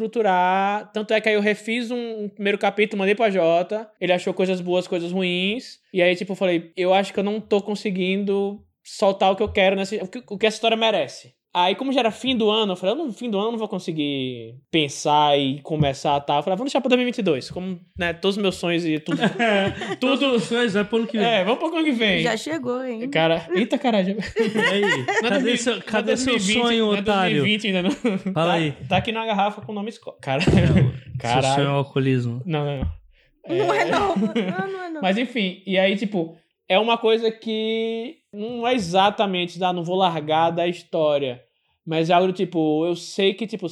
S3: reestruturar. Tanto é que aí eu refiz um, um primeiro capítulo, mandei pra Jota. Ele achou coisas boas, coisas ruins. E aí, tipo, eu falei, eu acho que eu não tô conseguindo soltar o que eu quero nessa. O que, o que essa história merece. Aí, como já era fim do ano, eu falei, no fim do ano eu não vou conseguir pensar e começar a tal. Eu falei, vamos deixar pra 2022. Como, né, todos os meus sonhos e tudo.
S4: Tudo. Vai pro ano que vem.
S3: é, vamos pro ano que vem.
S2: Já chegou, hein?
S3: Cara, eita caralho.
S4: E aí?
S3: Não é
S4: Cadê
S3: 2020, (laughs)
S4: seu,
S3: não é
S4: cadê seu
S3: 2020,
S4: sonho,
S3: não é
S4: otário?
S3: 2020 ainda não.
S4: Fala
S3: tá,
S4: aí.
S3: (laughs) Tá aqui na garrafa com o nome escola. Cara,
S4: Seu sonho é
S3: (laughs) caralho.
S4: o alcoolismo.
S3: Não, não, não.
S2: Não é
S4: (laughs)
S2: não. Não, não é não.
S3: Mas enfim, e aí, tipo, é uma coisa que não é exatamente, ah, não vou largar da história. Mas é algo do tipo, eu sei que, tipo,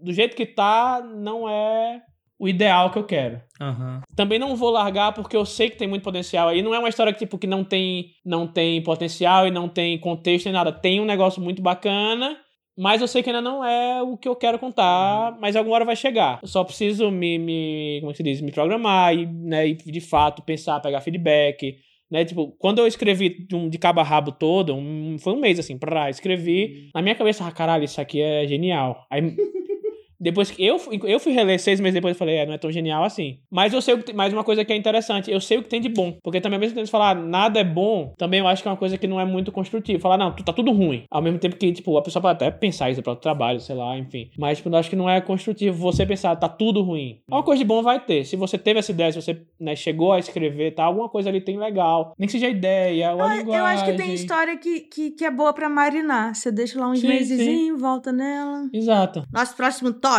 S3: do jeito que tá, não é o ideal que eu quero.
S4: Aham.
S3: Também não vou largar porque eu sei que tem muito potencial aí. Não é uma história que, tipo, que não tem, não tem potencial e não tem contexto nem nada. Tem um negócio muito bacana, mas eu sei que ainda não é o que eu quero contar, mas alguma hora vai chegar. Eu só preciso me, me como é que se diz, me programar e, né, e de fato pensar, pegar feedback, né? Tipo, quando eu escrevi de, um, de cabo a rabo todo, um- foi um mês assim, pra escrevi, na minha cabeça, ah, caralho, isso aqui é genial. Aí depois que eu, fui- eu fui reler seis meses depois, eu falei, é, não é tão genial assim. Mas eu sei o que tem, mais uma coisa que é interessante, eu sei o que tem de bom. Porque também, ao mesmo tempo de falar, ah, nada é bom, também eu acho que é uma coisa que não é muito construtiva. Falar, não, tu- tá tudo ruim. Ao mesmo tempo que, tipo, a pessoa pode até pensar isso para o trabalho, sei lá, enfim. Mas, tipo, eu acho que não é construtivo você pensar, tá tudo ruim.
S2: Hum.
S3: Uma coisa de bom vai ter. Se você teve essa ideia, se você né, chegou a escrever, tá, alguma coisa ali tem legal. Nem que seja a ideia, ou a
S2: Eu,
S3: linguagem.
S2: Ah, eu acho que tem história que, que, que é boa pra marinar. Você deixa lá uns
S3: Sim,
S2: mesezinhos, volta nela.
S3: Exato.
S2: Nosso próximo tópico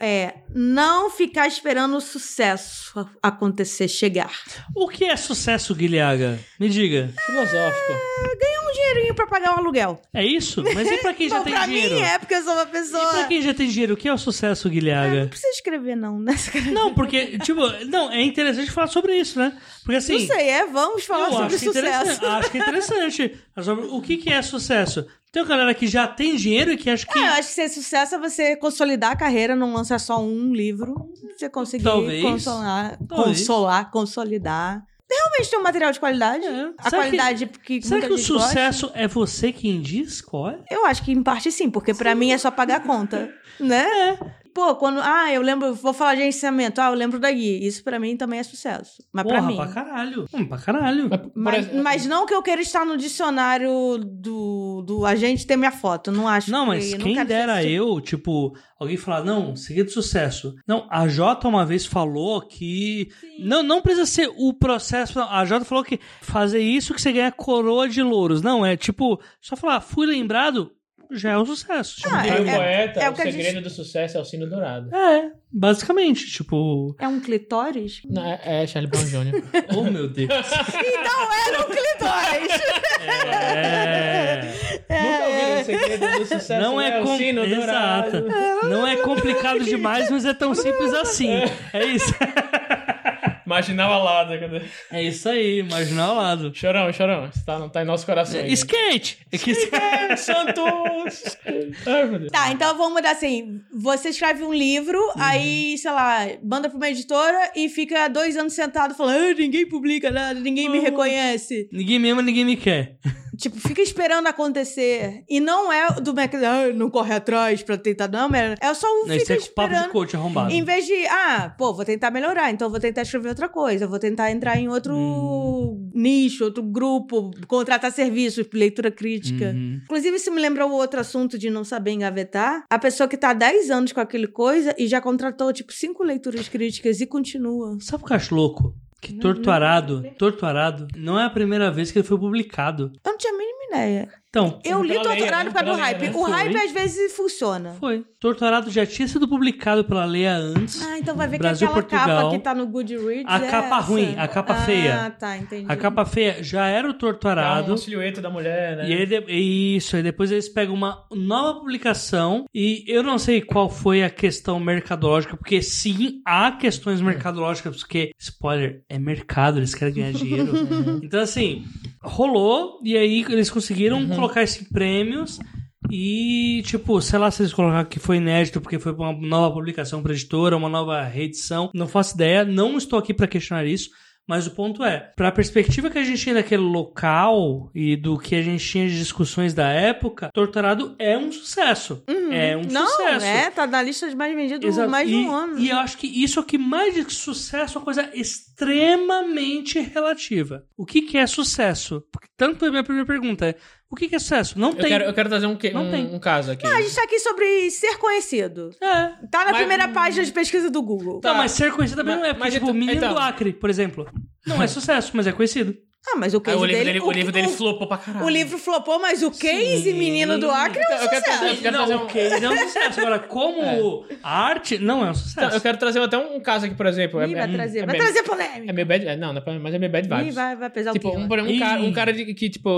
S2: é não ficar esperando o sucesso acontecer, chegar.
S4: O que é sucesso, Guilhaga? Me diga.
S3: Filosófico.
S2: Um dinheirinho pra pagar o aluguel.
S4: É isso? Mas e pra quem já
S2: Bom,
S4: tem
S2: pra
S4: dinheiro?
S2: mim é, porque eu sou uma
S4: E pra
S2: pessoa...
S4: quem já tem dinheiro, o que é o sucesso,
S2: Não (laughs)
S4: Guilhaga?
S2: precisa escrever, não, né? (laughs)
S4: Não, porque, tipo, não, é interessante falar sobre isso, né? Porque assim.
S2: Não sei, é, vamos falar
S4: eu
S2: sobre
S4: acho
S2: sucesso.
S4: interessante. (laughs) Acho que é interessante. Mas sobre O que, que é sucesso? Tem uma galera que já tem dinheiro e que acha que.
S2: Ah, eu acho que ser sucesso é você consolidar a carreira, não lançar só um livro. Você conseguir
S4: Talvez.
S2: consolar,
S4: Talvez.
S2: consolar, consolidar. Realmente tem um material de qualidade. A
S4: É, Será que-
S2: qualidade que,
S4: Será
S2: muita
S4: que o
S2: gente gosta.
S4: sucesso é você quem diz qual é?
S2: Eu acho que em parte sim, porque pra mim é só pagar a
S4: (laughs)
S2: conta,
S4: É.
S2: né? Pô, quando. Ah, eu lembro. Vou falar de agenciamento. Ah, eu lembro da Gui. Isso pra mim também é sucesso. Mas pra
S4: Porra,
S2: mim.
S4: pra caralho. Hum, pra caralho.
S3: Mas, por
S2: Mas,
S3: exemplo-
S4: assim
S2: mas não que eu queira estar no dicionário do, do agente ter minha foto. Não acho
S4: Não,
S2: que-
S4: mas
S2: não
S4: quem
S2: quero ser
S4: dera
S2: esse tipo-
S4: eu, tipo, alguém falar, não, seguido sucesso. Não, a Jota uma vez falou que. Não, não precisa ser o processo. não. A Jota falou que fazer isso que você ganha coroa de louros. Não, é tipo, só falar, fui lembrado, já é um sucesso. Tipo,
S2: Ah,
S3: Diria o
S2: é-
S3: poeta,
S2: é o
S3: o
S2: que a gente-
S3: segredo do sucesso é o sino dourado.
S4: É, basicamente, tipo.
S2: É um clitóris?
S3: Não, é, é Charlie Brown Jr.
S4: Oh meu Deus.
S2: Então era um clitóris!
S4: (laughs) É.
S3: Nunca ouviram o segredo do sucesso né?
S4: Não é,
S3: o
S4: com...
S3: um sino
S4: Exato.
S3: dourado.
S4: Não é complicado demais, mas é tão simples assim. É isso.
S3: Marginal alada. Cadê?
S4: É isso aí, marginal ao lado.
S3: Chorão, chorão. Você tá, não tá em nosso coração. aí, né?
S4: É, Skate! É que-
S3: Santos! Ai, meu
S2: (laughs)
S3: Deus.
S2: tá, então vamos mudar assim. Você escreve um livro, aí, sei lá, manda pra uma editora e fica dois anos sentado falando: "Ah, ninguém publica nada, ninguém me reconhece.
S4: ninguém me ama, ninguém me quer.
S2: Tipo, fica esperando acontecer. E não é do Mac, ah, não corre atrás pra tentar, não, mas é só o
S4: Não, isso
S2: fica
S4: é com papo de
S2: esperando.
S4: coach arrombado.
S2: Em vez de, ah, pô, vou tentar melhorar, então vou tentar escrever outra coisa, vou tentar entrar em outro
S4: Hum.
S2: nicho, outro grupo, contratar serviços, leitura crítica.
S4: Uhum.
S2: Inclusive, isso me lembrou outro assunto de não saber engavetar. A pessoa que tá há 10 anos com aquele coisa e já contratou, tipo, cinco leituras críticas e continua.
S4: Sabe o que eu acho louco? Que Tortuarado, Tortuarado, não é a primeira vez que ele foi publicado.
S2: Eu não tinha a mínima ideia.
S4: Então,
S2: Eu li
S3: Pela lei,
S2: Torturado
S3: né?
S2: por causa do
S3: Pela lei,
S2: hype.
S3: né?
S2: O hype
S4: Foi.
S2: às vezes funciona.
S4: foi. Tortuarado já tinha sido publicado pela Leia antes.
S2: Ah, então vai ver
S4: Brasil,
S2: que aquela
S4: Portugal.
S2: capa que tá no Goodreads
S4: A
S2: é
S4: capa
S2: essa.
S4: ruim, a capa feia.
S2: Ah, tá, entendi.
S4: A capa feia já era o
S3: Tá
S4: Tortuarado.
S3: um silhueta da mulher, né?
S4: E aí, de- isso, aí depois eles pegam uma nova publicação e eu não sei qual foi a questão mercadológica, porque sim, há questões mercadológicas, porque, spoiler, é mercado, eles querem ganhar dinheiro. então, assim, rolou e aí eles conseguiram colocar isso em prêmios e, tipo, sei lá se eles colocaram que foi inédito porque foi uma nova publicação pra editora, uma nova reedição, não faço ideia, não estou aqui pra questionar isso. Mas o ponto é, para a perspectiva que a gente tinha daquele local e do que a gente tinha de discussões da época, Torturado é um sucesso. É um
S2: Uhum. Não,
S4: sucesso.
S2: é, tá na lista de mais vendido
S4: Exato.
S2: mais de
S4: e,
S2: um ano.
S4: E eu acho que isso é o que mais de sucesso é uma coisa extremamente relativa. O que, que é sucesso? Porque tanto a minha primeira pergunta é: o que, que é sucesso? Não
S3: Eu
S4: tem.
S3: quero, eu quero trazer um, que-
S4: Não
S3: um-
S4: tem.
S3: um caso aqui.
S2: A gente tá aqui sobre ser conhecido.
S4: É.
S2: Tá na
S3: Mas-
S2: primeira página de pesquisa do Google.
S4: Tá, mas ser conhecido também
S3: Mas-
S4: não é. Porque,
S3: mas
S4: tipo, o
S3: então-
S4: Menino
S3: então.
S4: do Acre, por exemplo. Não é sucesso, mas é conhecido.
S2: Ah, mas o
S3: Aí
S2: case
S3: o livro
S2: dele...
S3: dele, o livro dele
S2: o-
S3: flopou pra caralho.
S2: O livro flopou, mas o case Menino do Acre é um
S3: Eu
S2: sucesso.
S3: quero trazer- eu quero
S4: não,
S3: fazer um-
S4: o case é um sucesso. Agora,
S3: (laughs)
S4: como arte, não é um
S3: Então,
S4: sucesso.
S3: eu quero trazer até um caso aqui, por exemplo. é-
S2: Ih,
S3: é-
S2: vai trazer,
S3: é
S2: vai
S3: bem-
S2: trazer
S3: É
S2: polêmica.
S3: meio bad. é, Não, não é pra- mas é meio bad
S2: Ih,
S3: vibes.
S2: vai, vai pesar
S3: Tipo,
S2: o clima.
S3: um, por exemplo, um cara, um cara de- que, tipo,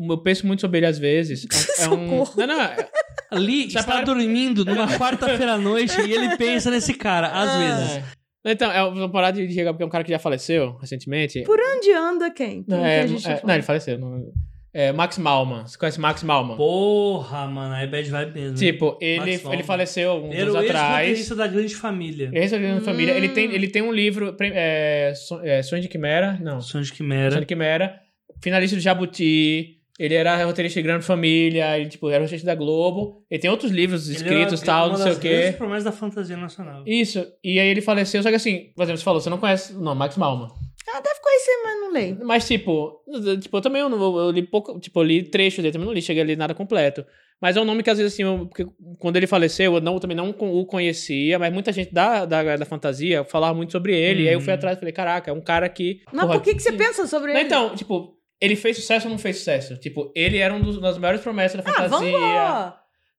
S3: um- eu penso muito sobre ele às vezes. É um,
S2: Socorro.
S3: não, não, é-
S4: Ali
S3: Já
S4: está
S3: para-
S4: dormindo (laughs) numa quarta-feira à noite e ele pensa nesse cara, às vezes.
S3: é. Então, é, eu vou parar de chegar porque é um cara que já faleceu recentemente.
S2: Por onde anda quem? Quem
S3: Não,
S2: que
S3: é,
S2: a gente tá
S3: é,
S2: falando?
S3: não, ele faleceu. não- é, Max Malman. Você conhece Max Malman?
S4: Porra, mano, aí é bad vibe mesmo.
S3: Tipo, ele,
S4: Max Malman.
S3: ele faleceu alguns
S4: Era
S3: anos
S4: o
S3: atrás. É.
S4: ex-roteirista Hum. da grande família.
S3: Ele resolveu na família. Ele tem, ele tem um livro, pre- é, Son- é, Sonho de Quimera. Não,
S4: Sonho de
S3: Sonho
S4: Quimera.
S3: de Quimera. Finalista do Jabuti. Ele era roteirista de Grande Família. Ele, tipo, era roteirista da Globo. Ele tem outros livros escritos,
S4: Ele era
S3: tal,
S4: uma
S3: não sei
S4: das
S3: o quê.
S4: grandes promessas da fantasia nacional.
S3: Isso. E aí ele faleceu, só que assim, por exemplo, você falou, você não conhece o nome Max Malma.
S2: Ah, deve conhecer, mas não leio.
S3: Mas, tipo, tipo, eu também eu, não- eu li pouco, tipo, eu li trechos dele, também não li, cheguei a ler nada completo. Mas é um nome que às vezes, assim, eu- porque quando ele faleceu, eu, não, eu também não con- o conhecia, mas muita gente da, da, da fantasia falava muito sobre ele. E aí eu fui
S4: Uhum.
S3: atrás e falei, caraca, é um cara que.
S2: Mas
S3: porra,
S2: por que, que você pensa sobre
S3: Não,
S2: ele?
S3: Então, tipo, ele fez sucesso ou não fez sucesso? Tipo, ele era um dos, das maiores promessas da
S2: ah,
S3: fantasia.
S2: vamos!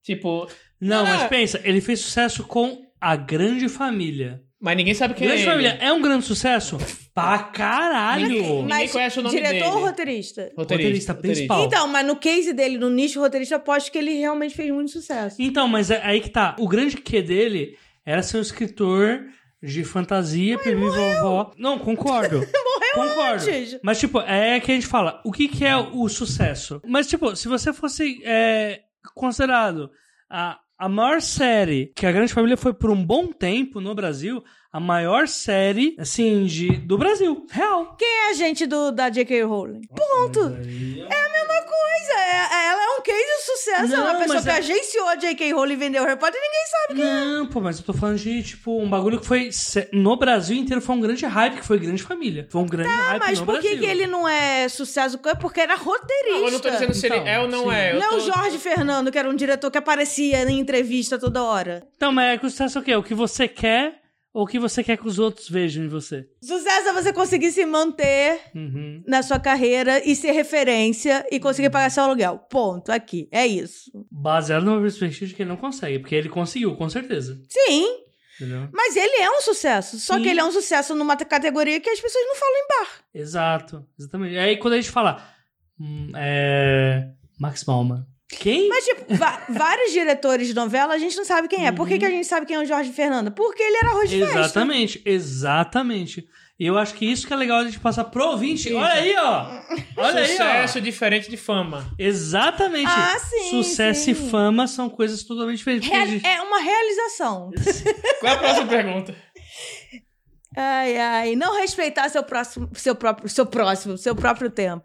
S3: tipo,
S4: Não,
S3: Não,
S4: mas
S3: não.
S4: pensa, ele fez sucesso com a grande família.
S3: mas ninguém sabe quem é.
S4: grande
S3: ele.
S4: família é um grande sucesso? pra caralho!
S3: Ninguém conhece o nome
S2: diretor
S3: dele.
S2: ou roteirista?
S4: Roteirista principal. Pau.
S2: Então, mas no case dele, no nicho roteirista, aposto que ele realmente fez muito sucesso.
S4: Então, mas é aí que tá. O grande quê dele era ser um escritor de fantasia, primo e vovó. Não,
S2: (laughs)
S4: concordo. morreu concordo.
S2: antes.
S4: Mas, tipo, é que a gente fala, o que, que é o sucesso? Mas, tipo, se você fosse é, considerado a, a maior série, que a Grande Família foi por um bom tempo no Brasil, a maior série, assim, de, do Brasil. Real.
S2: Quem é a gente do, da J.K. Rowling? Ponto! É a mesma coisa. é- é- ela é um case de sucesso. é
S4: Não,
S2: uma pessoa
S4: mas
S2: que
S4: é-
S2: agenciou a J.K. Rowling e vendeu o Harry Potter e ninguém sabe.
S4: Não, pô, mas eu tô falando de, tipo, um bagulho que foi. sé- No Brasil inteiro foi um grande hype, que foi grande família. Foi um grande hype.
S2: Tá, mas
S4: no
S2: por que,
S4: Brasil.
S2: que ele não é sucesso? É porque era roteirista.
S3: Não, eu não tô dizendo se
S4: Então,
S3: ele é ou não
S4: sim.
S3: é. eu
S2: Não é o
S3: tô-
S2: Jorge Fernando, que era um diretor que aparecia em entrevista toda hora.
S4: Então, mas é que o sucesso é o quê? O que você quer ou o que você quer que os outros vejam em você?
S2: Sucesso é você conseguir se manter
S4: Uhum.
S2: na sua carreira e ser referência e conseguir pagar seu aluguel. Ponto, aqui. É isso.
S4: Baseado numa perspectiva de que ele não consegue, porque ele conseguiu, com certeza.
S2: Sim,
S4: Entendeu?
S2: mas ele é um sucesso. Só
S4: Sim.
S2: que ele é um sucesso numa categoria que as pessoas não falam em bar.
S4: Exato, exatamente. Aí quando a gente fala. hum, é. Max Malman. Quem?
S2: Mas, tipo, va- (laughs) vários diretores de novela a gente não sabe quem é. Por que,
S3: Uhum.
S2: que a gente sabe quem é o Jorge Fernando? Porque ele era arroz de festa.
S4: Exatamente, exatamente. E eu acho que isso que é legal a gente passar pro ouvinte. Olha aí, ó. Olha aí, ó.
S3: Sucesso diferente de fama.
S4: Exatamente.
S2: Ah, sim,
S4: Sucesso
S2: sim.
S4: e fama são coisas totalmente diferentes. porque a
S2: Real-
S4: gente-
S2: é uma realização.
S3: Qual é
S4: (laughs)
S3: a próxima pergunta?
S2: Ai, ai. Não respeitar seu próximo, seu próprio, seu próximo, seu próprio tempo.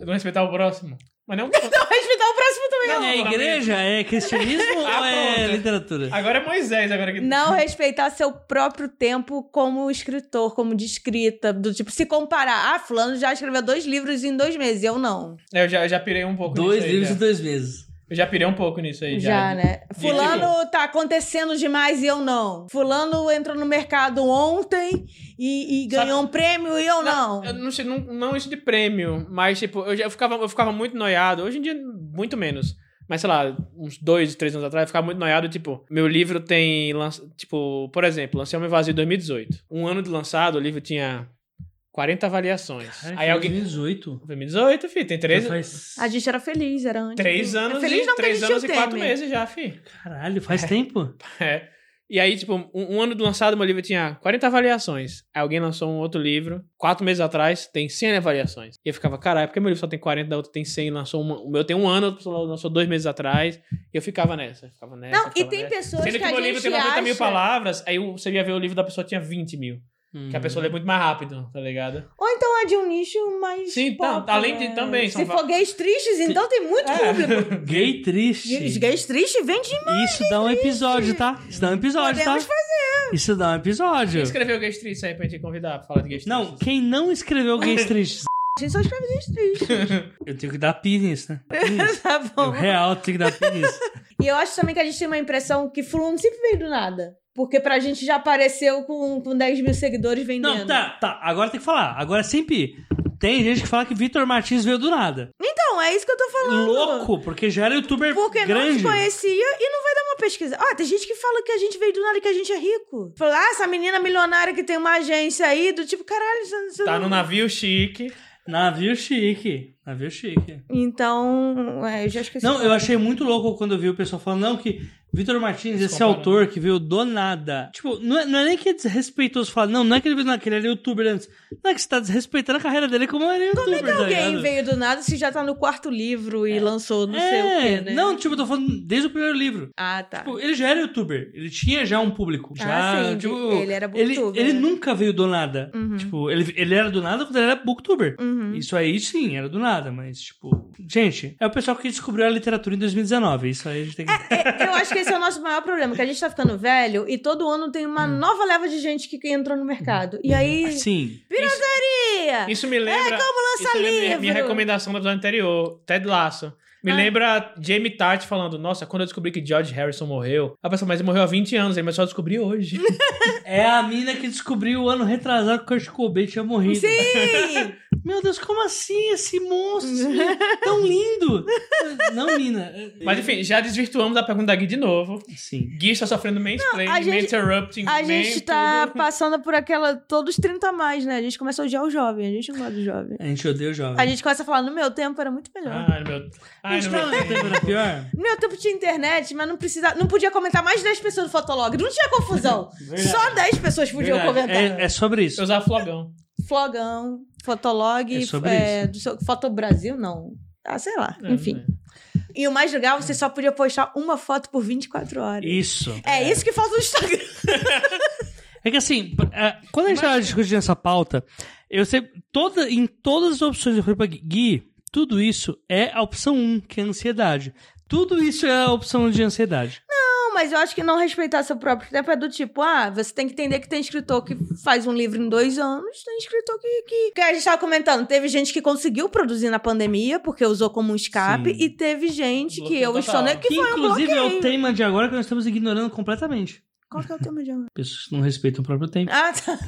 S3: Eu não respeitar o próximo. Mas não.
S2: Não respeitar o próximo também não.
S4: É igreja?
S2: (laughs)
S4: É cristianismo
S3: Ah,
S4: ou é
S3: pronto.
S4: literatura?
S3: Agora é Moisés, agora que.
S2: Não respeitar seu próprio tempo como escritor, como de escrita, do tipo se comparar. Ah, fulano já escreveu dois livros em dois meses, eu não.
S3: É, Eu já, eu já pirei um pouco
S4: Dois
S3: nisso. aí,
S4: livros
S3: já.
S4: e dois meses.
S3: Eu já pirei um pouco nisso aí. Já,
S2: Já, né?
S3: De-
S2: Fulano tá acontecendo demais e eu não. Fulano entrou no mercado ontem e, e
S3: Sabe-
S2: ganhou um prêmio e eu não.
S3: Eu não sei, não, não isso de prêmio, mas tipo, eu, já, eu, ficava, eu ficava muito noiado. Hoje em dia, muito menos. Mas sei lá, uns dois, três anos atrás, eu ficava muito noiado. Tipo, meu livro tem. lança- Tipo, por exemplo, lancei o meu vazio em 2018. Um ano de lançado, o livro tinha 40 avaliações. aí alguém.
S4: 2018.
S3: 2018, fi, tem três,
S4: Já faz-
S2: A gente era feliz, era antes.
S3: Três
S2: Era
S3: anos,
S2: feliz
S3: e,
S2: não, porque a
S3: três
S2: gente tinha um
S3: anos
S2: o
S3: e quatro
S2: Temer.
S3: meses já, fi.
S4: Caralho, faz tempo?
S3: É. E aí, tipo, um, um ano do lançado, meu livro tinha 40 avaliações. Aí alguém lançou um outro livro, quatro meses atrás, tem 100 avaliações. E eu ficava, caralho, porque meu livro só tem 40, da outra tem 100, lançou uma, o meu tem um ano, a pessoa lançou dois meses atrás. E eu ficava nessa, ficava nessa.
S2: Não, e
S3: ficava
S2: tem
S3: nessa.
S2: pessoas
S3: Sendo
S2: que
S3: é. que
S2: a
S3: meu
S2: gente
S3: livro tem 90 mil
S2: acha-
S3: palavras, aí eu- você ia ver o livro da pessoa tinha 20 mil. Que a pessoa lê muito mais rápido, tá ligado?
S2: Ou então é de um nicho mais.
S3: Sim,
S2: pop,
S3: tam- além de
S2: né?
S3: também, são
S2: Se
S3: va- É.
S2: for gays tristes, então tem muito
S3: (laughs)
S2: público.
S4: Hum. Gay triste.
S2: Os gays tristes vende
S4: Isso dá um episódio, tá? Isso dá um episódio,
S2: Podemos
S4: tá? Isso dá um episódio.
S3: Quem escreveu Gay Streets aí pra gente convidar pra falar de Gay Streets?
S4: Não, quem não escreveu gays tristes?
S2: A gente só escreve gays tristes.
S4: Eu tenho que dar pi nisso, né? Pi nisso.
S2: tá
S4: Eu
S3: (laughs)
S2: bom.
S4: real tenho que dar pi nisso.
S2: E eu acho também que a gente tem uma impressão que fulano sempre veio do nada. Porque pra gente já apareceu com, com 10 mil seguidores vendendo.
S4: Não, tá, tá. Agora tem que falar. Agora sempre tem gente que fala que Vitor Martins veio do nada.
S2: Então, é isso que eu tô falando.
S4: Louco, porque já era youtuber
S2: Porque não
S4: grande.
S2: te conhecia e não vai dar uma pesquisa. Ó, tem gente que fala que a gente veio do nada e que a gente é rico. Fala, ah, essa menina milionária que tem uma agência aí, do tipo, caralho, você, você
S3: Tá
S2: não-
S3: no navio chique.
S4: Navio chique. Navio chique.
S2: Então, é, eu já esqueci.
S4: Não, eu achei muito louco quando eu vi o pessoal falando, não, que Vitor Martins, esse
S3: Descomparando.
S4: autor que veio do nada. Tipo, não é, não é nem que é desrespeitoso falar, não, não é que ele veio do nada, que ele era youtuber antes. Não é que você tá desrespeitando a carreira dele como ele era youtuber,
S2: Como é que
S4: tá
S2: alguém
S4: ligado?
S2: veio do nada se já tá no quarto livro e lançou não sei o
S4: É,
S2: quê, né?
S4: não, tipo, eu tô falando desde o primeiro livro.
S2: Ah, tá.
S4: Tipo, ele já era youtuber, ele tinha já um público.
S2: Ah,
S4: Já,
S2: sim,
S4: tipo,
S2: ele era
S4: ele,
S2: booktuber, Uhum.
S4: ele
S2: né?
S4: nunca veio do nada. Tipo, ele, ele era do nada quando ele era booktuber.
S2: Uhum.
S4: Isso aí sim, era do nada, mas tipo. Gente, é o pessoal que descobriu a literatura em 2019. Isso aí a gente tem que.
S2: É, eu acho que esse é o nosso maior problema, que a gente tá ficando velho e todo ano tem uma
S4: Hum.
S2: nova leva de gente que, que entrou no mercado. E aí.
S4: Sim.
S2: Pirataria!
S3: Isso me lembra.
S2: É como lança
S3: isso me lembra minha- Minha
S2: livro.
S3: recomendação do episódio anterior, Ted Lasso. Me
S2: Ah.
S3: lembra Jamie Tart falando: Nossa, quando eu descobri que George Harrison morreu. A pessoa, mas ele morreu há 20 anos, aí, mas só
S2: (laughs)
S3: descobri hoje.
S4: É a mina que descobriu o ano retrasado que o Kurt Cobain tinha morrido.
S2: Sim!
S4: Meu Deus, como assim esse monstro esse menino tão lindo? Não, mina. é-
S3: mas enfim, já desvirtuamos a pergunta da Gui de novo.
S4: Sim.
S3: Gui está sofrendo mansplaining,
S2: a gente-
S3: interrupting,
S2: A gente tá passando por aquela. Todos 30 a mais, né? A gente começa a odiar o jovem, a gente não gosta do jovem.
S4: A gente odeia o jovem.
S2: A gente tá- começa a falar, no meu tempo era muito
S4: Ah.
S2: melhor.
S3: Ai, meu. Ai,
S4: Mas
S3: no
S4: não,
S3: meu
S4: não tem
S3: tempo.
S4: nada pior.
S2: No meu tempo tinha internet, mas não precisava. Não podia comentar mais de 10 pessoas no Fotolog. Não tinha
S4: (laughs)
S2: confusão. Só 10 pessoas podiam
S4: Verdade,
S2: comentar.
S4: É, é sobre isso.
S3: Eu usava flogão.
S2: Flogão, Fotolog,
S4: É sobre
S2: é, do seu- Foto Brasil, não. Ah, sei lá.
S3: É,
S2: Enfim. E o mais legal, você só podia postar uma foto por 24 horas.
S4: Isso.
S2: É isso que falta no Instagram.
S4: É que assim, é, quando a gente tava discutindo essa pauta, eu sempre. Toda, em todas as opções eu falei pra Gui, Gui, tudo isso é a opção 1, que é a ansiedade. Tudo isso é a opção de ansiedade.
S2: Não, mas eu acho que não respeitar seu próprio tempo é do tipo, ah, você tem que entender que tem escritor que faz um livro em dois anos, tem escritor que. Que, que a gente tava comentando, teve gente que conseguiu produzir na pandemia, porque usou como um escape,
S4: Sim.
S2: e teve gente que
S3: Bloqueio
S2: eu estou.
S3: total.
S2: ne- Que
S4: que
S2: foi um
S4: inclusive é o
S2: bloqueio.
S4: tema de agora que nós estamos ignorando completamente.
S2: Qual que é o tema de agora?
S4: Pessoas que não respeitam o próprio tempo.
S2: Ah, tá.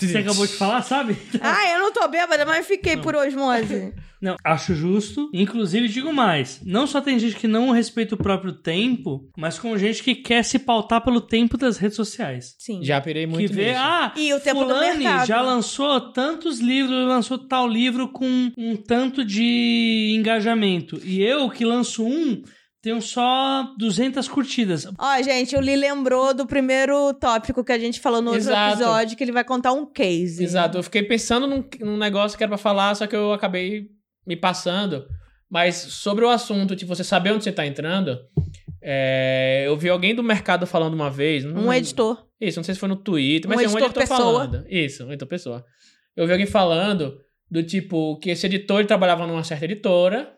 S4: Você acabou de falar, sabe?
S2: ah, eu não tô bêbada, mas fiquei por osmose.
S4: (laughs) Não, acho justo. Inclusive, digo mais: não só tem gente que não respeita o próprio tempo, mas com gente que quer se pautar pelo tempo das redes sociais.
S2: Sim.
S3: Já pirei muito
S4: que vê,
S3: nisso.
S4: ah,
S2: E o tempo tá do
S4: fulane
S2: mercado.
S4: já lançou tantos livros, lançou tal livro com um tanto de engajamento. E eu que lanço um, tenho só 200 curtidas.
S2: Ó, gente, o Lee lembrou do primeiro tópico que a gente falou no outro
S3: Exato.
S2: episódio, que ele vai contar um case.
S3: Exato, eu fiquei pensando num, num negócio que era pra falar, só que eu acabei me passando. Mas sobre o assunto de você saber onde você tá entrando, é, eu vi alguém do mercado falando uma vez. hum,
S2: Um
S3: não-
S2: editor.
S3: Isso, não sei se foi no Twitter, mas
S2: Um
S3: é um
S2: editor
S3: editor
S2: pessoa.
S3: falando. Isso, um editor pessoa. Eu vi alguém falando do tipo que esse editor ele trabalhava numa certa editora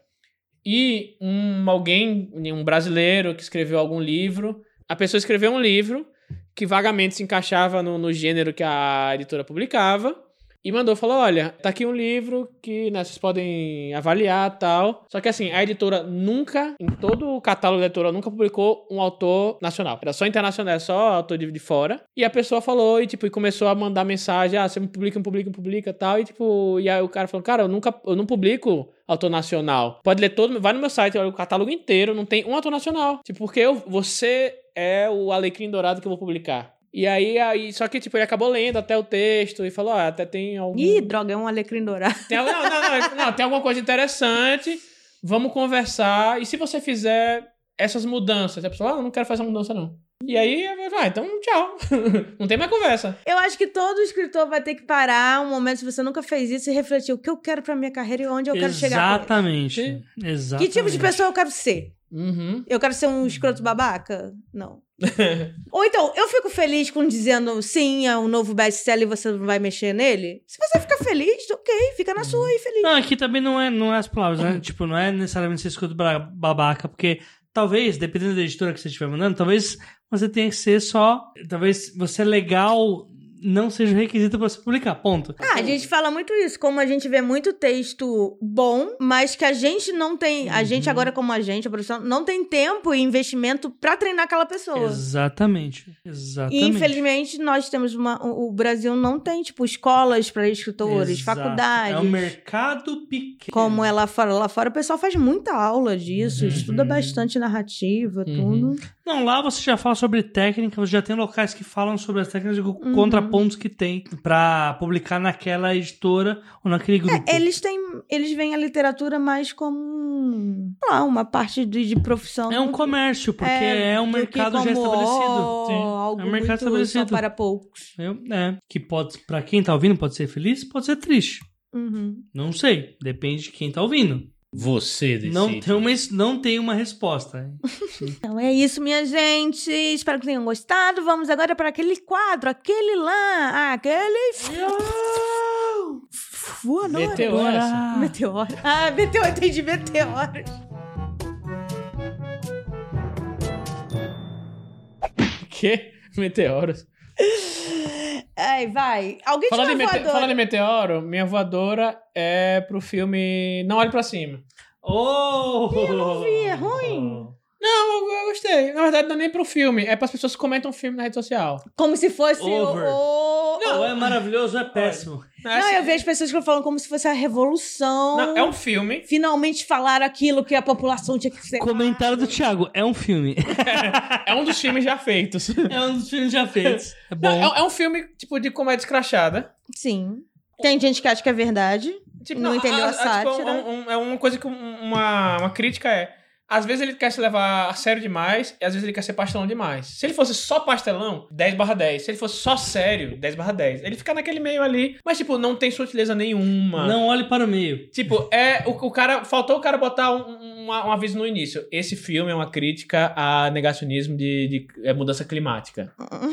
S3: e um alguém, um brasileiro que escreveu algum livro, a pessoa escreveu um livro que vagamente se encaixava no, no gênero que a editora publicava e mandou falou, olha, tá aqui um livro que né, vocês podem avaliar tal. Só que assim, a editora nunca, em todo o catálogo da editora, nunca publicou um autor nacional. Era só internacional, era só autor de, de fora. E a pessoa falou e tipo, e começou a mandar mensagem, ah, você me publica, me publica, me publica tal. E tipo, e aí o cara falou, cara, eu nunca, eu não publico autor nacional. Pode ler todo, vai no meu site, olha o catálogo inteiro, não tem um autor nacional. Tipo, porque eu, você é o Alecrim Dourado que eu vou publicar. E aí, aí, só que, tipo, ele acabou lendo até o texto e falou, ah, até tem algum...
S2: Ih, droga, é um alecrim dourado.
S3: Tem, al- não, não, não, não, tem alguma coisa interessante, vamos conversar. E se você fizer essas mudanças, a pessoa, ah, eu não quero fazer essa mudança, não. E aí, eu falo, ah, então tchau. (laughs) não tem mais conversa.
S2: Eu acho que todo escritor vai ter que parar um momento, se você nunca fez isso, e refletir o que eu quero pra minha carreira e onde eu quero chegar. com
S4: Exatamente.
S3: Sim.
S2: isso.
S4: Exatamente.
S2: Que tipo de pessoa eu quero ser?
S3: Uhum.
S2: Eu quero ser um escroto babaca? Não. Ou então, eu fico feliz com dizendo sim, é um novo best-seller e você não vai mexer nele? Se você ficar feliz, ok, fica na sua aí feliz.
S4: Não, aqui também não é, não é as palavras, né? Tipo, não é necessariamente ser escudo bra- babaca, porque talvez, dependendo da editora que você estiver mandando, talvez você tenha que ser só. Talvez você é legal não seja um requisito pra você publicar. Ponto.
S2: Ah, a gente fala muito isso, como a gente vê muito texto bom, mas que a gente não tem,
S4: Uhum.
S2: a gente agora como a gente, a profissão, não tem tempo e investimento pra treinar aquela pessoa.
S4: Exatamente. Exatamente.
S2: E então infelizmente nós temos uma, o o Brasil não tem tipo escolas pra escritores,
S4: Exato.
S2: faculdades.
S4: É um mercado pequeno.
S2: Como é lá fora, lá fora o pessoal faz muita aula disso,
S3: Uhum.
S2: estuda bastante narrativa,
S3: Uhum.
S2: tudo.
S4: Não, lá você já fala sobre técnica, você já tem locais que falam sobre as técnicas e co-
S2: Uhum.
S4: contrapontos que tem pra publicar naquela editora
S2: É,
S4: ou naquele grupo.
S2: Eles têm, eles veem a literatura mais como um- sei lá, uma parte de, de profissão.
S4: É um comércio, porque é, um
S2: do que
S4: mercado já
S2: como,
S4: estabelecido.
S2: ó,
S4: Sim.
S2: Algo
S4: é um mercado
S2: muito
S4: estabelecido.
S2: só para poucos.
S4: Eu- é, que pode, pra quem tá ouvindo, pode ser feliz, pode ser triste.
S2: Uhum.
S4: Não sei, depende de quem tá ouvindo.
S3: Você decide.
S4: Não tem, uma, não tem uma resposta.
S2: Então é isso, minha gente. Espero que tenham gostado. Vamos agora para aquele quadro, aquele lá, aquele. Voa, não é?
S3: Meteu
S4: Então é
S3: (laughs) essa.
S2: Meteoro. Ah, meteoro, entendi, meteoro.
S3: Quê? Meteoros.
S2: Ai, vai. Alguém
S3: Falando
S2: tirou
S3: em,
S2: a
S3: mete...
S2: voadora?
S3: Falando em meteoro, minha voadora é pro filme Não Olhe Pra Cima.
S4: Oh! Eu
S2: não vi, é ruim?
S3: Não, eu, eu gostei. Na verdade, não é nem pro filme. É pras pessoas que comentam o filme na rede social.
S2: Como se fosse
S4: Over.
S2: o... o-
S4: Ou é maravilhoso ou é péssimo.
S2: Não, eu vejo pessoas que falam como se fosse a revolução.
S3: assim, Não, é um filme.
S2: Finalmente falaram aquilo que a população tinha que ser.
S4: Comentário do Thiago, é um filme.
S3: É um dos filmes já feitos.
S4: (laughs) é um dos filmes já feitos. É bom.
S3: Não, é, é um filme, tipo, de comédia escrachada.
S2: Sim. Tem gente que acha que é verdade.
S3: Tipo,
S2: Não entendeu a
S3: Tipo,
S2: sátira.
S3: um- um- é uma coisa que um- uma, uma crítica é. Às vezes ele quer se levar a sério demais, e às vezes ele quer ser pastelão demais. Se ele fosse só pastelão, 10 barra 10. Se ele fosse só sério, 10 barra 10. Ele fica naquele meio ali, mas, tipo, não tem sutileza nenhuma.
S4: Não olhe para o meio.
S3: Tipo, é o, o cara. Faltou o cara botar um, um- um aviso no início. Esse filme é uma crítica a negacionismo de, de é, mudança climática.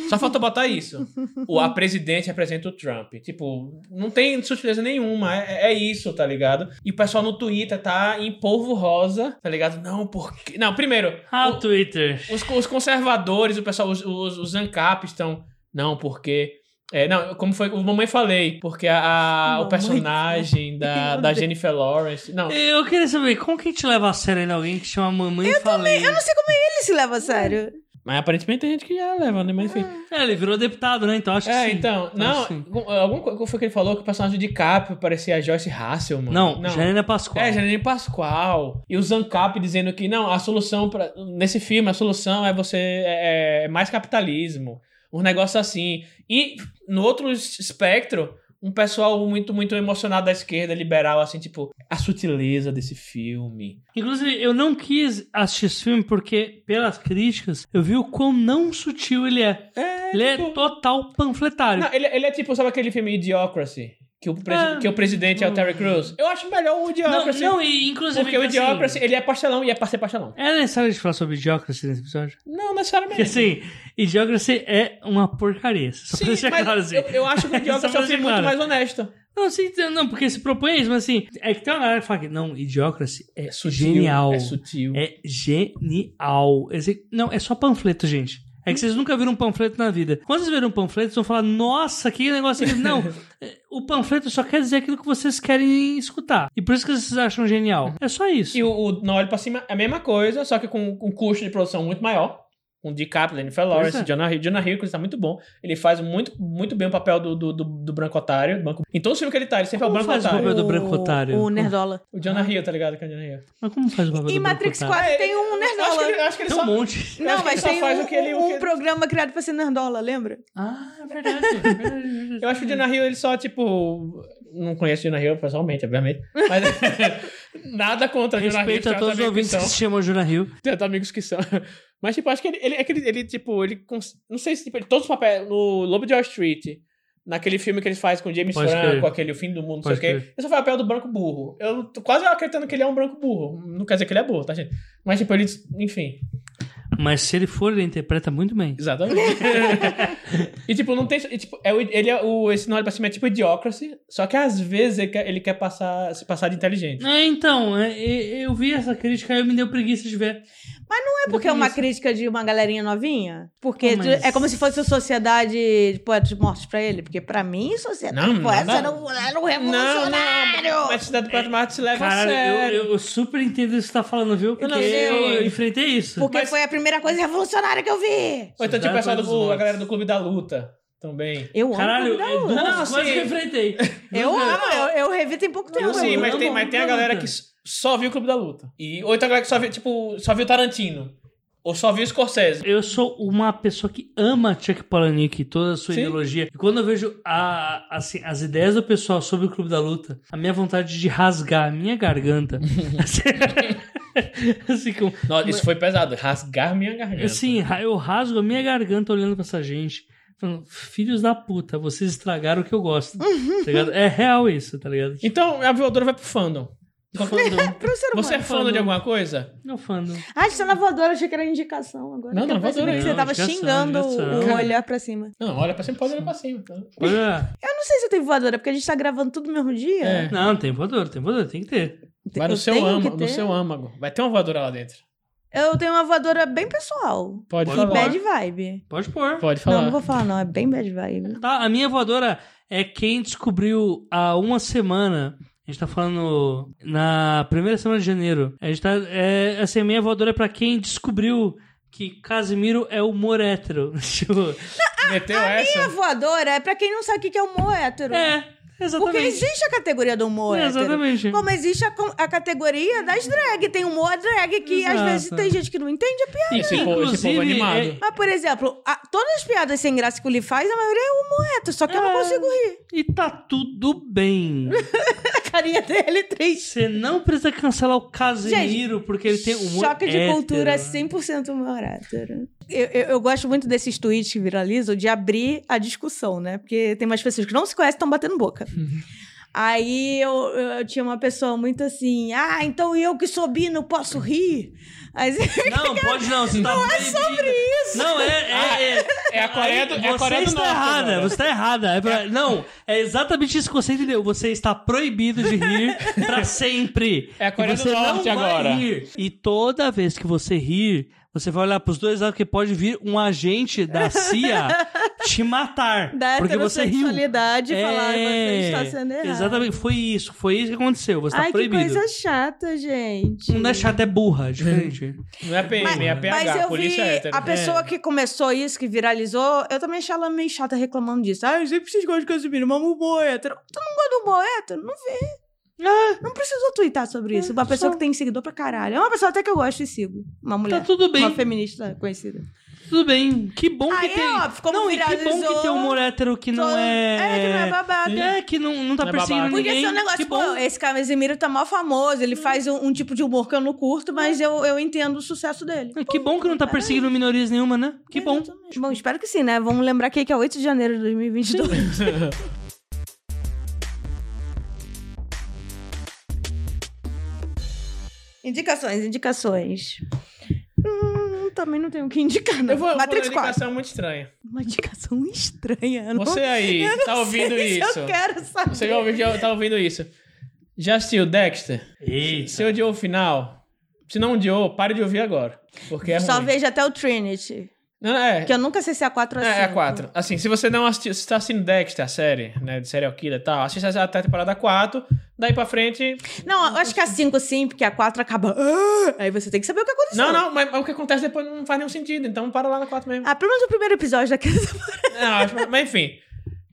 S3: Só faltou botar isso. O, a presidente representa o Trump. Tipo, não tem sutileza nenhuma. É, é isso, tá ligado? E o pessoal no Twitter tá em polvo rosa, tá ligado? Não, porque. Não, primeiro,
S4: Ah,
S3: o-
S4: Twitter.
S3: os, os conservadores, o pessoal, os, os, os ANCAP estão. Não, porque. É, não, como foi. O Mamãe Falei, porque a, a- o
S2: Mamãe
S3: personagem da,
S2: Meu
S3: da
S2: Deus.
S3: Jennifer Lawrence. Não,
S4: Eu queria saber, como que a gente leva a sério ainda alguém que chama mamãe e fala Eu não sei.
S2: Ele se leva a sério.
S3: mas aparentemente tem gente que já leva, né? Mas enfim.
S2: Ah,
S4: É, ele virou deputado, né? Então acho que
S3: É,
S4: sim.
S3: então.
S4: Acho
S3: Não,
S4: que sim.
S3: algum- alguma coisa que foi que ele falou que o personagem de Cap parecia a Joyce Russell, mano.
S4: Não, Janina Pascoal.
S3: É, Janine Pascoal. E o Zancap dizendo que não, a solução para nesse filme, a solução é você é, é mais capitalismo. Um negócio assim. E no outro es- espectro, um pessoal muito muito emocionado da esquerda liberal assim, tipo, a sutileza desse filme.
S4: Inclusive, eu não quis assistir esse filme porque, pelas críticas, eu vi o quão não sutil ele é. ele é
S3: tipo-
S4: total panfletário.
S3: Não, ele, ele é tipo, sabe aquele filme Idiocracy? Que o, presi-
S4: Ah.
S3: que o presidente é o Terry Crews. Eu acho melhor o
S4: Não,
S3: Idiocracy.
S4: não, e inclusive.
S3: porque o
S4: assim,
S3: Idiocracy, ele é pastelão e é pra ser pastelão.
S4: É necessário a gente falar sobre Idiocracy nesse episódio?
S3: Não,
S4: Porque
S3: necessariamente.
S4: assim, Idiocracy é uma porcaria. Só (laughs) pra deixar
S3: mas
S4: claro assim.
S3: eu, eu acho que o
S4: Só
S3: Idiocracy é
S4: pra
S3: um filme
S4: deixar
S3: muito
S4: claro.
S3: mais honesto.
S4: Não, sim, não, porque se propõe isso, mas assim, é que tem uma galera que fala que não, Idiocracy é,
S3: É sutil.
S4: genial.
S3: É sutil.
S4: É genial. É assim, Não, é só panfleto, gente. É que vocês nunca viram um panfleto na vida. Quando vocês viram um panfleto, vocês vão falar, nossa, que negócio é esse?" Não, (laughs) é, o panfleto só quer dizer aquilo que vocês querem escutar. E por isso que vocês acham genial. É só isso.
S3: E o, o Na Olho Pra Cima é a mesma coisa, só que com um custo de produção muito maior. Com o DiCaprio, Jennifer Lawrence,
S4: é.
S3: Jonah Hill. Jonah Hill, que tá muito bom. Ele faz muito, muito bem o papel do, do, do, do branco otário. do banco- Em todos os filmes que ele tá, ele sempre
S4: Como
S3: é o branco
S4: faz o
S3: otário.
S4: papel do branco otário?
S2: O Nerdola.
S3: O Jonah Hill, tá ligado? Que é o Jonah Hill.
S4: Mas como faz o papel
S2: Em
S4: do
S2: Matrix
S4: branco otário?
S2: 4 tem um
S3: É, Eu acho que
S2: Nerdola.
S3: ele, eu acho que ele
S4: Tem um
S3: só...
S4: monte.
S3: acho
S2: Não,
S3: que ele
S2: mas
S3: só
S2: tem
S3: faz
S2: um,
S3: o que ele- o
S2: um
S3: que ele-
S2: programa criado pra ser Nerdola, lembra?
S4: Ah, é verdade. é verdade, é verdade.
S3: Eu acho que o Jonah Hill, ele só, tipo... Não conheço o Jonah Hill pessoalmente, obviamente. Mas
S4: (laughs)
S3: (laughs) nada contra o Jonah Hill.
S4: Respeito a
S3: tem
S4: todos os
S3: outros amigos
S4: ouvintes
S3: que é
S4: que
S3: são.
S4: se chamam Jonah Hill.
S3: Tem outros amigos que são. (laughs) Mas, tipo, acho que ele... ele, é que ele, ele, tipo, ele... cons- Não sei se, tipo, ele, todos os papéis... No Lobo de Wall Street... naquele filme que eles fazem com o James
S4: Pode
S3: Franco,
S4: crer.
S3: aquele O Fim do Mundo, não sei
S4: Pode
S3: o quê.
S4: crer.
S3: Esse foi o papel do branco burro. Eu tô quase acreditando que ele é um branco burro. Não quer dizer que ele é burro, tá, gente? Mas, tipo, ele... Enfim,
S4: Mas se ele for, ele interpreta muito bem.
S3: exatamente.
S4: (laughs)
S3: e, tipo, não tem... e, tipo, é o- ele é o... Esse nome pra cima é tipo Idiocracy, só que às vezes ele quer, ele quer passar, se passar de inteligente.
S4: É, então, é, é, eu vi essa crítica e me deu preguiça de ver.
S2: Não é porque é uma crítica de uma galerinha novinha? Porque
S4: Ah, mas-
S2: é como se fosse a Sociedade de Poetas Mortos pra ele? Porque pra mim, Sociedade
S3: Não,
S2: de Poetas
S3: nada-
S2: era um, era um
S3: Não,
S2: revolucionário!
S3: não, mas Cidade do Prato Marte se leva
S4: Caralho,
S3: a sério.
S4: eu, eu super entendo o que você tá falando, viu? Porque
S3: não,
S4: eu,
S3: eu-
S4: enfrentei isso.
S2: Porque
S3: mas-
S2: foi a primeira coisa revolucionária que eu vi!
S3: Ou então, tipo,
S4: Cidade
S3: o pessoal
S4: dos
S3: do, a
S4: Mortos.
S3: galera do Clube da Luta também.
S2: Eu amo Clube
S4: Caralho,
S2: da
S4: é
S2: Luta.
S4: duas
S3: Não,
S4: coisas
S3: assim-
S4: que eu enfrentei.
S2: Eu
S4: Duas-
S2: amo, eu, eu revi tem pouco tempo.
S3: Sim, mas
S4: amo
S3: tem,
S4: o
S3: mas
S4: Clube
S3: tem a
S4: da
S3: galera
S4: Luta.
S3: que s- só viu o Clube da Luta. E, ou então a galera que só viu, tipo, só viu Tarantino. Ou só viu Scorsese.
S4: Eu sou uma pessoa que ama Chuck Palahniuk e toda a sua
S3: Sim.
S4: ideologia. E quando eu vejo a- assim, as ideias do pessoal sobre o Clube da Luta, a minha vontade de rasgar a minha
S3: (laughs)
S4: garganta. (laughs) assim, assim, como,
S3: Nossa, isso foi pesado. Rasgar minha garganta.
S4: assim, ra- eu rasgo a minha garganta olhando pra essa gente. Falando, filhos da puta, vocês estragaram o que eu
S3: (laughs)
S4: gosto. tá ligado? É real isso, tá ligado?
S3: Então, a voadora vai pro fandom.
S4: Tô falando.
S2: Pro ser humano.
S3: (laughs) Você é fandom de alguma coisa?
S4: Não fandom.
S2: Ah, você é na voadora, achei que era indicação agora.
S3: Não,
S2: que eu
S3: não,
S2: percebi
S3: voadora
S2: que
S4: não,
S2: Você tava
S4: indicação,
S2: xingando
S4: indicação.
S2: o
S4: Cara.
S2: olhar pra cima.
S3: Não, olha pra cima, pode olhar pra cima. Então.
S4: Olha.
S2: Eu não sei se eu tenho voadora, porque a gente tá gravando tudo no mesmo dia.
S3: É.
S4: Não, tem voador, tem voador, tem que ter.
S3: Vai no
S2: Eu
S3: seu,
S2: tenho
S3: âmago,
S2: que
S3: no
S2: ter.
S3: seu âmago. Vai ter uma voadora lá dentro.
S2: Eu tenho uma voadora bem pessoal.
S3: Pode
S4: E
S2: E
S3: falar.
S2: bad vibe.
S4: Pode pôr.
S3: Pode
S2: Não,
S3: falar.
S2: não vou falar, não. É bem bad vibe.
S4: Tá, a minha voadora é quem descobriu há uma semana. A gente tá falando na primeira semana de janeiro. A gente tá. É, assim, a minha voadora é pra quem descobriu que Casimiro é humor hétero. (laughs) Tipo,
S3: Meteu
S2: A
S3: essa.
S2: voadora é pra quem não sabe o que que é humor hétero.
S4: é,
S2: Porque
S4: exatamente.
S2: existe a categoria do humor
S4: É,
S2: hétero.
S4: exatamente.
S2: Como existe a, com- a categoria das drag. Tem humor drag que às
S4: Exato.
S2: vezes tem gente que não entende a piada.
S3: Esse povo- esse povo
S4: Inclusive,
S3: animado.
S4: é-
S2: Mas, por exemplo, a- todas as piadas sem graça que o Lee faz, a maioria é humor hétero. Só que eu não
S4: É.
S2: consigo rir.
S4: e tá tudo bem.
S2: A carinha dele é triste.
S4: Você não precisa cancelar o Casimiro porque ele tem um humor
S2: Choque de
S4: hétero.
S2: cultura é 100% humor hétero. Eu, eu, eu gosto muito desses tweets que viralizam de abrir a discussão, né? Porque tem umas pessoas que não se conhecem e estão batendo boca.
S4: Uhum.
S2: Aí eu, eu tinha uma pessoa muito assim, ah, então eu que sou bi não posso rir. Aí, (laughs)
S4: Não, pode não. Você tá não é sobre isso. Não, é.
S2: Ah.
S4: é, é.
S3: É a Coreia do, é a
S4: você
S3: Coreia do
S4: está
S3: Norte. né?
S4: errada,
S3: agora.
S4: você está errada. É pra- Não, é exatamente isso que você entendeu. Você está proibido de
S3: (laughs)
S4: rir pra sempre.
S3: É a Coreia
S4: e
S3: do
S4: você
S3: Norte
S4: não vai
S3: agora.
S4: Rir. E toda vez que você rir, você vai olhar pros dois lados que pode vir um agente da CIA
S3: (laughs)
S4: te matar.
S2: da
S4: porque você riu.
S2: heterossexualidade falar, você
S4: É,
S2: está sendo errado.
S4: Exatamente, foi isso. Foi isso que aconteceu. Você está
S2: Ai, que
S4: proibido.
S2: coisa chata, gente.
S4: Não é chata, é burra, é diferente.
S3: Não é PM,
S2: Mas-
S3: é PH.
S2: Mas eu vi
S3: polícia hétero. É.
S2: a pessoa que começou isso, que viralizou, eu também achei ela meio chata reclamando disso. Ah, eu sempre vocês gostam de Casimiro, mas humor hétero. Tu não gosta do humor hétero? Não vê.
S4: É.
S2: Não precisou twittar sobre isso. Uma pessoa que tem seguidor pra caralho. É uma pessoa até que eu gosto e sigo. Uma
S3: É.
S2: mulher.
S4: Tá tudo bem.
S2: Uma feminista conhecida.
S4: Tudo bem, que bom
S2: Aí
S4: que
S2: é
S4: tem.
S2: óbvio, como
S4: não, e que bom
S2: viralizou,
S4: que tem humor hétero que não
S2: todo-
S4: é.
S2: É, que não é babaca.
S4: É, que não, não tá
S3: Não é
S4: perseguindo
S3: babaca.
S2: Porque
S4: ninguém.
S2: esse é um
S4: que
S2: negócio,
S4: bom.
S2: pô, esse Casimiro tá mal famoso, ele faz um, um tipo de humor que eu não curto, mas eu, eu entendo o sucesso dele. é
S4: Que bom que não tá perseguindo minorias nenhuma, né? Que bom.
S2: Exatamente. Bom, espero que sim, né? Vamos lembrar que que é 8 de janeiro de 2022. (laughs)
S3: É.
S2: indicações, indicações. Hum, também não tenho o que indicar, não.
S3: Eu vou,
S2: Matrix
S3: vou dar uma
S2: 4.
S3: indicação é muito estranha.
S2: Uma indicação estranha. eu Não...
S3: Você aí,
S2: eu não
S3: tá ouvindo
S2: sei se
S3: isso?
S2: Eu quero saber.
S3: Você já ouviu, já tá ouvindo isso? Já assistiu Dexter?
S4: Isso.
S3: Se odiou o final, se não odiou, pare de ouvir agora. Porque é
S2: Só
S3: ruim.
S2: vejo até o Trinity.
S3: Não, é,
S2: Que eu nunca sei se é a 4 ou a 5.
S3: é, é a 4. Assim, se você não assistiu, se tá assistindo Dexter, a série, né, de serial killer e tal, assista até a temporada 4, daí pra frente...
S2: Não, eu acho que é a 5 sim, porque a 4 acaba. "Ah", Aí você tem que saber o que aconteceu.
S3: Não, não, mas, mas o que acontece depois não faz nenhum sentido, então para lá na 4 mesmo.
S2: Ah, pelo menos o primeiro episódio daquele.
S3: Não, acho- mas enfim,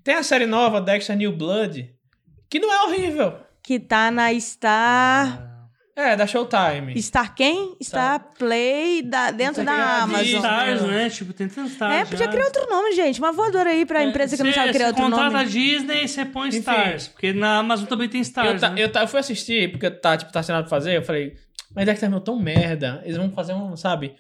S3: tem a série nova, Dexter New Blood, que não é horrível.
S2: (laughs) Que tá na Star.
S3: É, da Showtime.
S2: Star quem? Star Play da, dentro
S3: Tá
S2: da
S3: ligado?
S2: Amazon.
S4: Stars, né? Tipo, tentando Stars.
S3: Ah,
S2: É, podia
S4: já.
S2: criar outro nome, gente. Uma voadora aí
S3: É,
S2: pra empresa que não
S4: Cê-
S2: sabe
S4: cê
S2: criar outro
S4: contrata a
S2: nome.
S4: Disney e você põe
S3: Enfim.
S4: Stars. Porque na Amazon também tem
S3: Eu,
S4: Stars.
S3: ta-
S4: né?
S3: eu, ta- eu fui assistir, é porque eu tá, tipo, tá assinado pra fazer, eu falei, mas Dexter meu tão merda. Eles vão fazer um, sabe?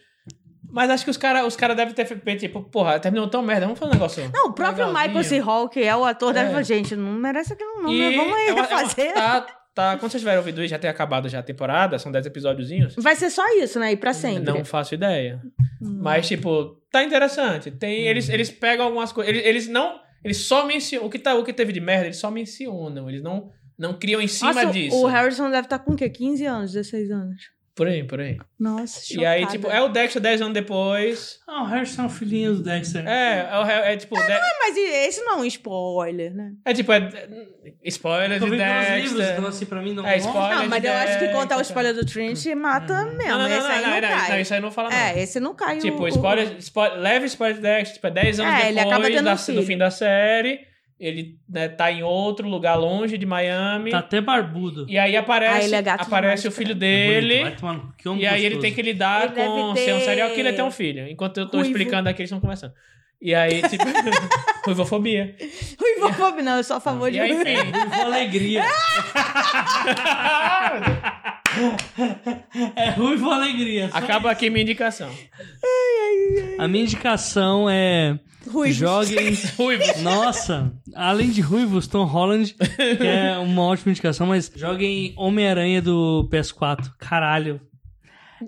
S3: Mas acho que os caras os cara devem ter feito, tipo, porra, terminou tão merda, vamos fazer um negócio.
S2: Não, o próprio Michael C. Hall, que é o ator, deve
S3: É.
S2: falar, gente, não merece aquilo não, né?
S3: E
S2: Vamos aí
S3: é uma- é uma-
S2: fazer.
S3: tá, tá, quando vocês tiverem ouvido isso, já tem acabado já a temporada, são 10 episódiozinhos.
S2: Vai ser só isso, né? E pra sempre.
S3: Não faço ideia.
S2: Hum.
S3: Mas, tipo, tá interessante. Tem, eles, eles pegam algumas coisas. Eles, eles não. Eles só mencionam. O que, tá, o que teve de merda, eles só mencionam. Eles não, não criam em cima
S2: Nossa, o-
S3: disso.
S2: o Harrison deve estar com o quê? 15 anos, 16 anos.
S3: Por aí, por aí.
S2: Nossa, chocada.
S3: E aí, tipo, é o Dexter 10 anos depois.
S4: Ah, o Harrison é um filhinho do Dexter.
S3: É, é, o Har- é tipo. de-
S2: Mas e- esse não é um spoiler, né?
S3: É tipo. É, é- spoiler
S4: Eu
S3: de
S4: vi pelos livros,
S3: Dexter.
S4: então assim, pra mim não
S3: É,
S4: não-
S3: spoiler.
S2: não, mas
S3: de
S2: eu acho que
S3: Dexter.
S2: contar o spoiler do Trinity mata mesmo.
S3: Não, não, não,
S2: esse aí não,
S3: não, não,
S2: cai.
S3: não, isso aí não fala não.
S2: É, esse não cai.
S3: Tipo,
S2: o-
S3: spoiler, spoiler, leve spoiler de Dexter, tipo, é 10 anos
S2: É, ele
S3: depois
S2: acaba tendo
S3: da-
S2: um filho.
S3: do fim da série, ele né, tá em outro lugar longe de Miami,
S4: Tá até barbudo.
S3: e aí aparece,
S2: Ah, ele é gato
S3: aparece o
S2: demais,
S3: filho
S4: É bonito,
S3: dele,
S4: vai tomar no- que homem
S3: e aí ele
S4: gostoso.
S3: tem que lidar
S2: Ele
S3: com
S2: deve
S3: ser um
S2: ter-
S3: serial killer e ter um filho, enquanto eu tô
S2: Ruivo.
S3: explicando aqui, eles estão conversando. E aí,
S2: (laughs)
S3: tipo, ruivofobia.
S2: o Ivofob, não, eu
S3: (laughs)
S2: sou a favor
S3: Ah, E
S2: de.
S3: aí, enfim.
S4: Com
S3: (laughs)
S4: alegria. é ruim com alegria. só
S3: Acaba aqui minha indicação.
S4: isso. A minha indicação é
S2: Ruivo.
S3: (laughs)
S4: joguem.
S3: Ruivo.
S4: Nossa, além de ruivos, Tom Holland, que é uma ótima indicação, mas joguem Homem-Aranha do PS4. Caralho.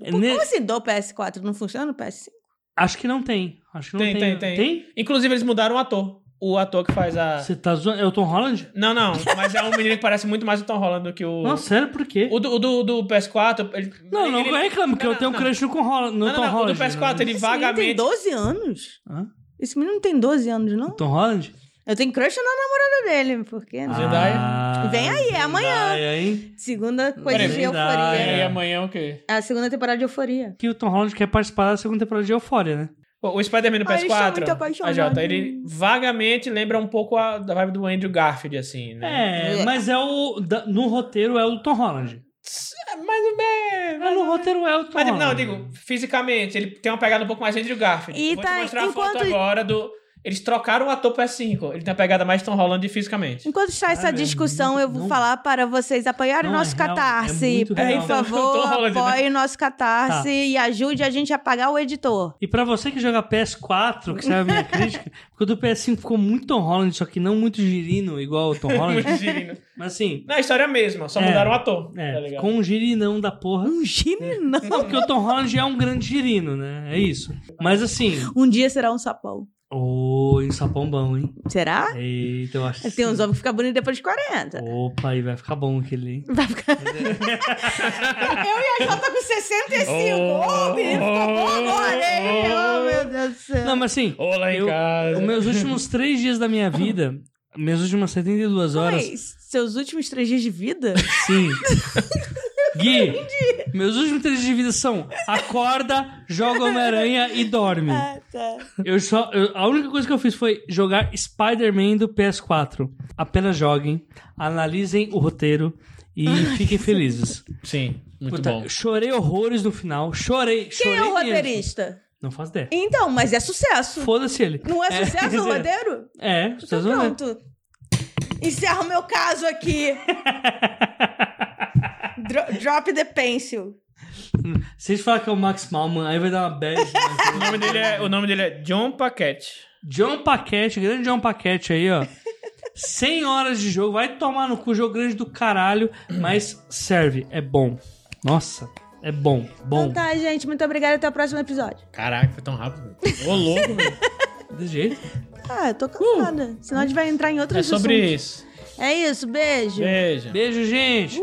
S4: É Ne-
S2: Como assim do PS4? Não funciona o PS5?
S4: Acho que não tem. Acho que não
S3: Tem,
S4: tem.
S3: tem, tem. Inclusive, eles mudaram o ator. O ator que faz a...
S4: Você tá zoando? É o Tom Holland?
S3: Não, não, mas é um menino que parece muito mais o Tom Holland do que o...
S4: Não, sério, por quê?
S3: O do, o do, do PS4. Ele,
S4: Não,
S3: ele-
S4: não
S3: ele-
S4: reclamo, porque
S3: Não,
S4: eu tenho um
S3: não,
S4: crush no, Con Holland, no
S3: Não, não,
S4: Tom
S3: não, o
S4: Holland. né?
S3: do PS4 ele
S2: Esse menino tem
S3: vagamente.
S2: 12 anos?
S4: Hã?
S2: Esse menino tem 12 anos, não?
S4: Tom Holland?
S2: Eu tenho crush na namorada dele, porque. né?
S3: Zendaya?
S4: Ah,
S2: Vem aí, é amanhã.
S4: Zendaya, hein?
S2: Segunda coisa de
S3: Peraí,
S2: euforia.
S4: verdade.
S3: É, e amanhã o quê?
S2: É a segunda temporada de euforia.
S4: Que o Tom Holland quer participar da segunda temporada de Euphoria, né?
S3: O, o Spider-Man do
S2: Ah, eles são muito
S3: PS4, a
S2: apaixonados.
S3: Ah, Jota, ele vagamente lembra um pouco a, da vibe do Andrew Garfield, assim, né?
S4: É, mas é o. da- no roteiro é o Tom Holland.
S3: É, Mais ou menos.
S4: Mas no roteiro é o Tom
S3: Mas,
S4: Holland.
S3: tipo, não, eu digo, fisicamente, ele tem uma pegada um pouco mais Andrew Garfield.
S2: E
S3: Vou
S2: tá-
S3: te mostrar a foto
S2: enquanto-
S3: agora do... Eles trocaram o ator PS5. Ele tem uma pegada mais Tom Holland fisicamente.
S2: Enquanto está essa
S4: Cara,
S2: discussão, eu vou
S4: não-
S2: falar para vocês apoiarem o
S4: Não,
S2: nosso
S4: é real, é
S2: catarse.
S4: muito
S2: Por
S4: real. (laughs)
S2: favor,
S3: Tom Holland, né?
S2: apoie o nosso catarse
S4: Tá.
S2: e ajude a gente a pagar o editor.
S4: E pra você que joga PS4, que sabe a
S3: (laughs)
S4: minha crítica, porque o do PS5 ficou muito Tom Holland, só que não muito girino, igual o Tom
S3: (laughs)
S2: Então, é.
S4: Holland.
S3: Muito girino.
S4: mas assim,
S3: Na história é a mesma, só
S4: É.
S3: mudaram o ator. tá
S4: é,
S3: ligado?
S4: ficou um girinão da porra.
S2: Um (laughs) gine,
S4: Não, porque o Tom Holland é um grande girino, né? É isso. Mas assim,
S2: Um dia será um sapão.
S4: ô, em sapão bom, hein?
S2: Será?
S4: Eita, eu acho que
S2: Tem uns
S4: sim.
S2: homens que ficam bonitos depois de 40.
S4: Opa, aí vai ficar bom aquele, hein? (laughs)
S2: Eu e a Jota com 65.
S3: Oh,
S2: Ô, menino, ficou bom agora, hein?
S3: oh.
S2: Oh, meu Deus do céu.
S4: Não, mas assim,
S3: Olá em
S4: Eu-
S3: casa.
S4: os meus últimos três dias da minha vida, minhas últimas 72 horas,
S2: Mas, seus últimos três dias de vida? (laughs)
S4: Sim. Gui, meus últimos três dias de vida são acorda, joga Homem-Aranha e dorme.
S2: Ah, tá.
S4: Eu só, eu- a única coisa que eu fiz foi jogar Spider-Man do PS4. Apenas joguem, analisem o roteiro e fiquem felizes.
S3: Sim, muito
S4: Puta,
S3: bom.
S4: Chorei horrores no final, chorei,
S2: Quem
S4: chorei
S2: é o
S4: mesmo.
S2: roteirista?
S4: Não faço ideia.
S2: Então, mas é sucesso.
S4: Foda-se ele.
S2: Não é
S4: quer
S2: sucesso
S4: (laughs) dizer,
S2: o roteiro?
S4: É,
S2: Então
S4: sucesso não é.
S2: pronto. Encerro meu caso
S4: (laughs)
S2: aqui. Dro- Drop the pencil.
S4: Se a gente falar que é o Max Malman, aí vai dar uma bad. né?
S3: O nome dele é, o nome dele é John Paquette.
S4: John Paquete, grande John Paquete aí, ó. 100 horas de jogo, vai tomar no cu, jogo grande do caralho, mas serve, é bom. Nossa, é bom, bom.
S2: Então tá, gente. Muito obrigada. Até o próximo episódio.
S3: Caraca, foi tão rápido. Ô,
S2: (laughs)
S3: louco, velho.
S4: Desse jeito.
S2: Ah, eu tô cansada.
S4: Uh. É
S2: Senão a gente vai entrar em outros
S3: É sobre
S2: assuntos.
S3: isso.
S2: É isso. Beijo.
S3: Beijo.
S4: Beijo, gente.